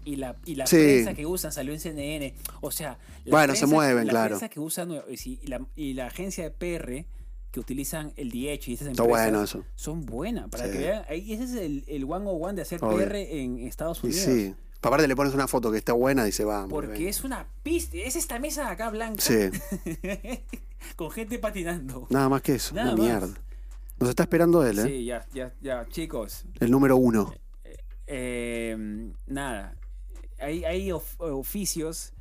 A: y la, y la
B: Sí.
A: prensa que usan salió en CNN. O sea, la
B: Bueno, se
A: prensa-
B: mueven,
A: la
B: claro.
A: prensa que usan eh, sí, y la, y la agencia de PR que utilizan el DH y esas
B: Está
A: empresas
B: bueno eso.
A: son buenas. Para
B: Sí.
A: que vean, ahí ese es el, el 101 de hacer
B: Obvio.
A: PR en Estados
B: Y
A: Unidos.
B: sí. Aparte le pones una foto que está buena y se va. muy
A: Porque
B: bien.
A: es una pista, es esta mesa de acá blanca
B: Sí,
A: con gente patinando.
B: nada más que eso.
A: Nada
B: una
A: más.
B: mierda. Nos está esperando él, ¿eh?
A: Sí, ya, ya, ya, chicos.
B: El número uno.
A: Eh, nada. Hay, hay of- oficios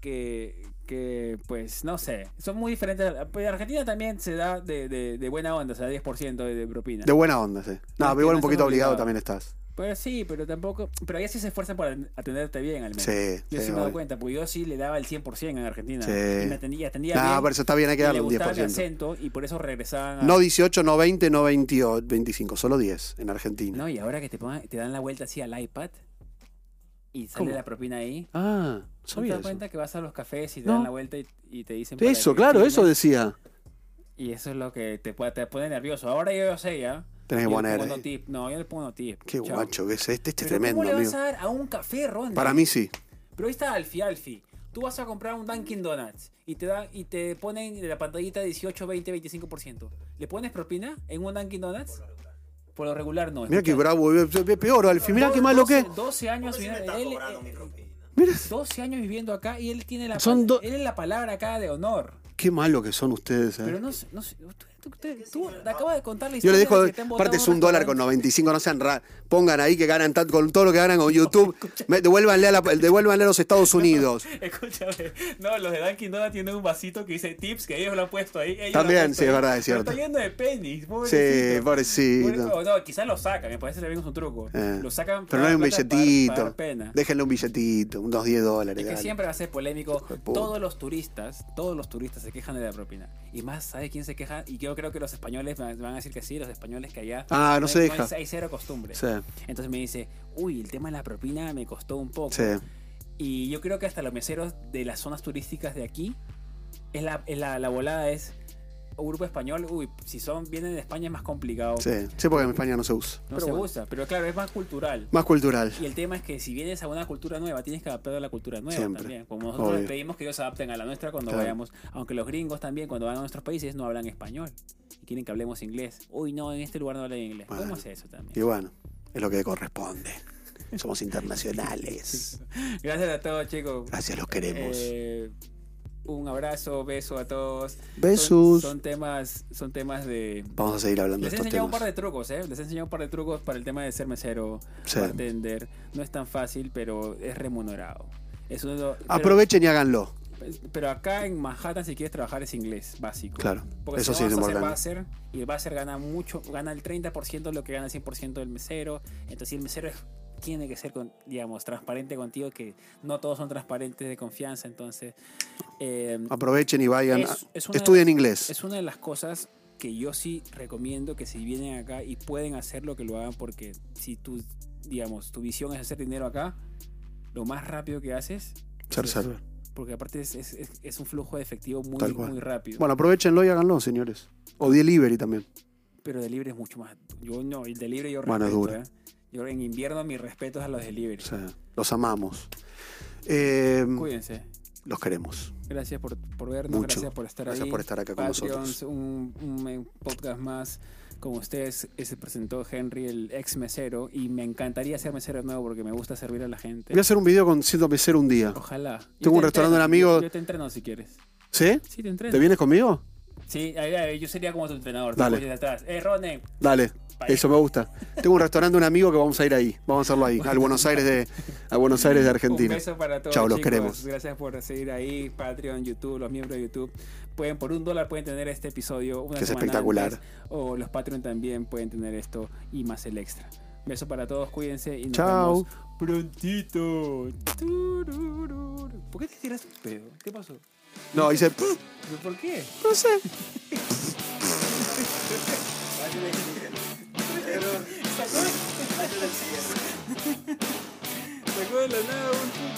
A: que, que, pues, no sé. Son muy diferentes. Pues Argentina también se da de, de- de buena onda, o sea, 10% de, de propina.
B: De buena onda, sí. No, pero
A: que
B: igual
A: no
B: un poquito
A: estamos
B: obligado,
A: obligados.
B: también estás.
A: Pero sí, pero tampoco. Pero allá sí se esfuerzan por atenderte bien, al menos.
B: Sí,
A: Yo
B: sí,
A: sí me doy
B: obvio.
A: cuenta, porque yo sí le daba el 100% en Argentina.
B: Sí.
A: Y me atendía, atendía
B: No,
A: bien.
B: pero eso está bien, hay que
A: y
B: darle
A: le
B: un
A: gustaba mi
B: 10%.
A: acento y por eso regresaban a-
B: No 18, no 20, no 28, 25, solo 10 en Argentina.
A: No, y ahora que te, pongan- te dan la vuelta así al iPad y sale
B: ¿Cómo?
A: la propina ahí.
B: Ah,
A: ¿No te
B: sabía
A: das
B: eso.
A: cuenta que vas a los cafés y te
B: No.
A: dan la vuelta y, y te dicen... para
B: Eso,
A: que
B: claro,
A: firmes?
B: eso decía.
A: Y eso es lo que te, puede- te pone nervioso. Ahora yo ya sé ya.
B: Tenés que
A: Yo le
B: poner.
A: pongo no
B: eh.
A: tip. No, yo le pongo no tip.
B: Qué
A: Chao.
B: guacho que es este, este es
A: Pero
B: tremendo,
A: ¿Cómo le
B: amigo.
A: vas a dar a un café, Ron?
B: Para mí sí.
A: Pero ahí está Alfi, Alfi. Tú vas a comprar un Dunkin' Donuts y te, dan y te ponen en la pantallita 18, 20, 25%. ¿Le pones propina en un Dunkin' Donuts? Por lo regular no.
B: Mira qué
A: escucha.
B: bravo, eh, eh, peor, Alfi, mira qué malo que es.
A: 12 años
C: Sí me
A: viviendo-
C: está
A: él-
C: cobrando mi
A: él-
C: propina.
B: Mira
A: 12 años viviendo acá y él tiene la,
B: Son
A: pal-
B: do-
A: él es la palabra acá de honor.
B: qué malo que son ustedes. eh.
A: Pero no sé, no sé, usted, tú- usted- tú acabas de contar la historia.
B: Yo le dejo,
A: de que te han botado
B: aparte es un dólar con
A: restaurante.
B: 95, no sean ra- pongan ahí que ganan tanto con todo lo que ganan con YouTube, me- devuélvanle a, la- devuélvanle a los Estados Unidos.
A: Escúchame, no, los de Dunkin' Donuts tienen un vasito que dice tips que ellos lo han puesto ahí. ellos lo han
B: También,
A: puesto
B: sí, es
A: ahí.
B: verdad, es
A: Pero
B: cierto.
A: Está lleno de pennies,
B: Sí,
A: pobrecito.
B: pobrecito.
A: Pobre- No, quizás lo sacan, me parece que es un truco.
B: Eh,
A: Lo sacan
B: Pero no hay un
A: para- para- para dar
B: billetito.
A: pena.
B: Déjenle un billetito, unos 10 dólares.
A: Es que
B: dale.
A: siempre va a ser polémico.
B: Hijo de puta.
A: Todos los turistas, todos los turistas se quejan de la propina. Y más, ¿sabes quién se queja? Y yo creo que los españoles me van a decir que sí, los españoles que allá.
B: Ah, no se
A: hay-
B: deja.
A: hay- hay cero costumbre.
B: Sí,
A: Entonces me dice, uy, el tema de la propina me costó un poco.
B: sí.
A: Y yo creo que hasta los meseros de las zonas turísticas de aquí, es la, es la, la volada es. un Grupo español, uy, si son, vienen de España es más complicado.
B: Sí, sí, porque en España no se usa.
A: No
B: Pero
A: se
B: bueno,
A: usa, pero claro, es más cultural.
B: Más cultural.
A: Y el tema es que si vienes a una cultura nueva, tienes que adaptar a la cultura nueva
B: Siempre.
A: también. Como nosotros
B: Obvio.
A: les pedimos que ellos se adapten a la nuestra cuando
B: Claro.
A: vayamos. Aunque los gringos también, cuando van a nuestros países, no hablan español. Y quieren que hablemos inglés. Uy, no, en este lugar no hablan inglés.
B: Bueno.
A: ¿Cómo es eso también?
B: Y bueno, es lo que corresponde. Somos internacionales.
A: Gracias a todos, chicos.
B: Gracias, los queremos.
A: Eh, un abrazo, beso a todos.
B: Besos.
A: Son, son temas, son temas de.
B: Vamos a seguir hablando
A: Les
B: de
A: he
B: estos
A: enseñado un
B: temas.
A: par de trucos, ¿eh? Les he enseñado un par de trucos para el tema de ser mesero,
B: Sí.
A: bartender. No es tan fácil, pero es remunerado. Es uno de los- pero-
B: Aprovechen y háganlo.
A: Pues, Pero acá en Manhattan, si quieres trabajar, es inglés básico.
B: Claro,
A: Porque
B: eso
A: si
B: sí
A: no
B: es
A: vas a ser
B: importante.
A: buzzer, y el buzzer gana mucho, gana el 30% de lo que gana el 100% del mesero. Entonces, si el mesero es- tiene que ser, con- digamos, transparente contigo, que no todos son transparentes de confianza. Entonces, eh,
B: Aprovechen y vayan.
A: Es- es una-
B: Estudien inglés.
A: es una de las cosas que yo sí recomiendo que si vienen acá y pueden hacerlo, que lo hagan, porque si tú, digamos, tu visión es hacer dinero acá, lo más rápido que haces.
B: Ser
A: es-
B: server.
A: porque aparte es, es- es- es un flujo de efectivo muy,
B: Tal cual.
A: muy rápido.
B: Bueno, aprovechenlo y háganlo, señores. O delivery también.
A: Pero delivery es mucho más. Yo no, el delivery yo
B: Mano
A: respeto.
B: dura.
A: ¿eh? Yo en invierno mis respetos a los
B: O
A: delivery.
B: sea, los amamos. Eh,
A: Cuídense.
B: los queremos.
A: Gracias por, por vernos,
B: Mucho.
A: gracias por estar
B: Gracias
A: ahí.
B: por estar acá con
A: Patreons,
B: nosotros.
A: Un, un podcast más con ustedes. Eh, Se presentó Henry, el ex mesero, y me encantaría ser mesero de nuevo porque me gusta servir a la gente.
B: Voy a hacer un video con siendo mesero un día.
A: Ojalá. Tengo
B: un restaurante de un amigo-
A: Yo, yo te entreno si quieres.
B: ¿Sí?
A: Sí, te entreno.
B: ¿Te vienes conmigo?
A: Sí, ahí- ahí, yo sería como tu entrenador.
B: Dale.
A: Tú desde atrás. Eh, Ronen,
B: Dale,
A: País.
B: eso me gusta. Tengo un restaurante de un amigo que vamos a ir ahí. Vamos a hacerlo ahí, al Buenos Aires de, a Buenos Aires de Argentina.
A: Un beso para todos.
B: Chao, los
A: chicos.
B: queremos.
A: Gracias por seguir ahí, Patreon, YouTube, los miembros de YouTube. Pueden, por un dólar, pueden tener este episodio. Una
B: Que es
A: semana
B: espectacular.
A: antes, o los Patreon también pueden tener esto y más el extra. Beso para todos, cuídense y nos
B: Chao.
A: vemos prontito. Turururu. ¿Por qué te tiras un pedo? ¿Qué pasó?
B: No, dice, "Pff,
A: ¿Por qué?
B: no sé.
A: Sacó de la nada un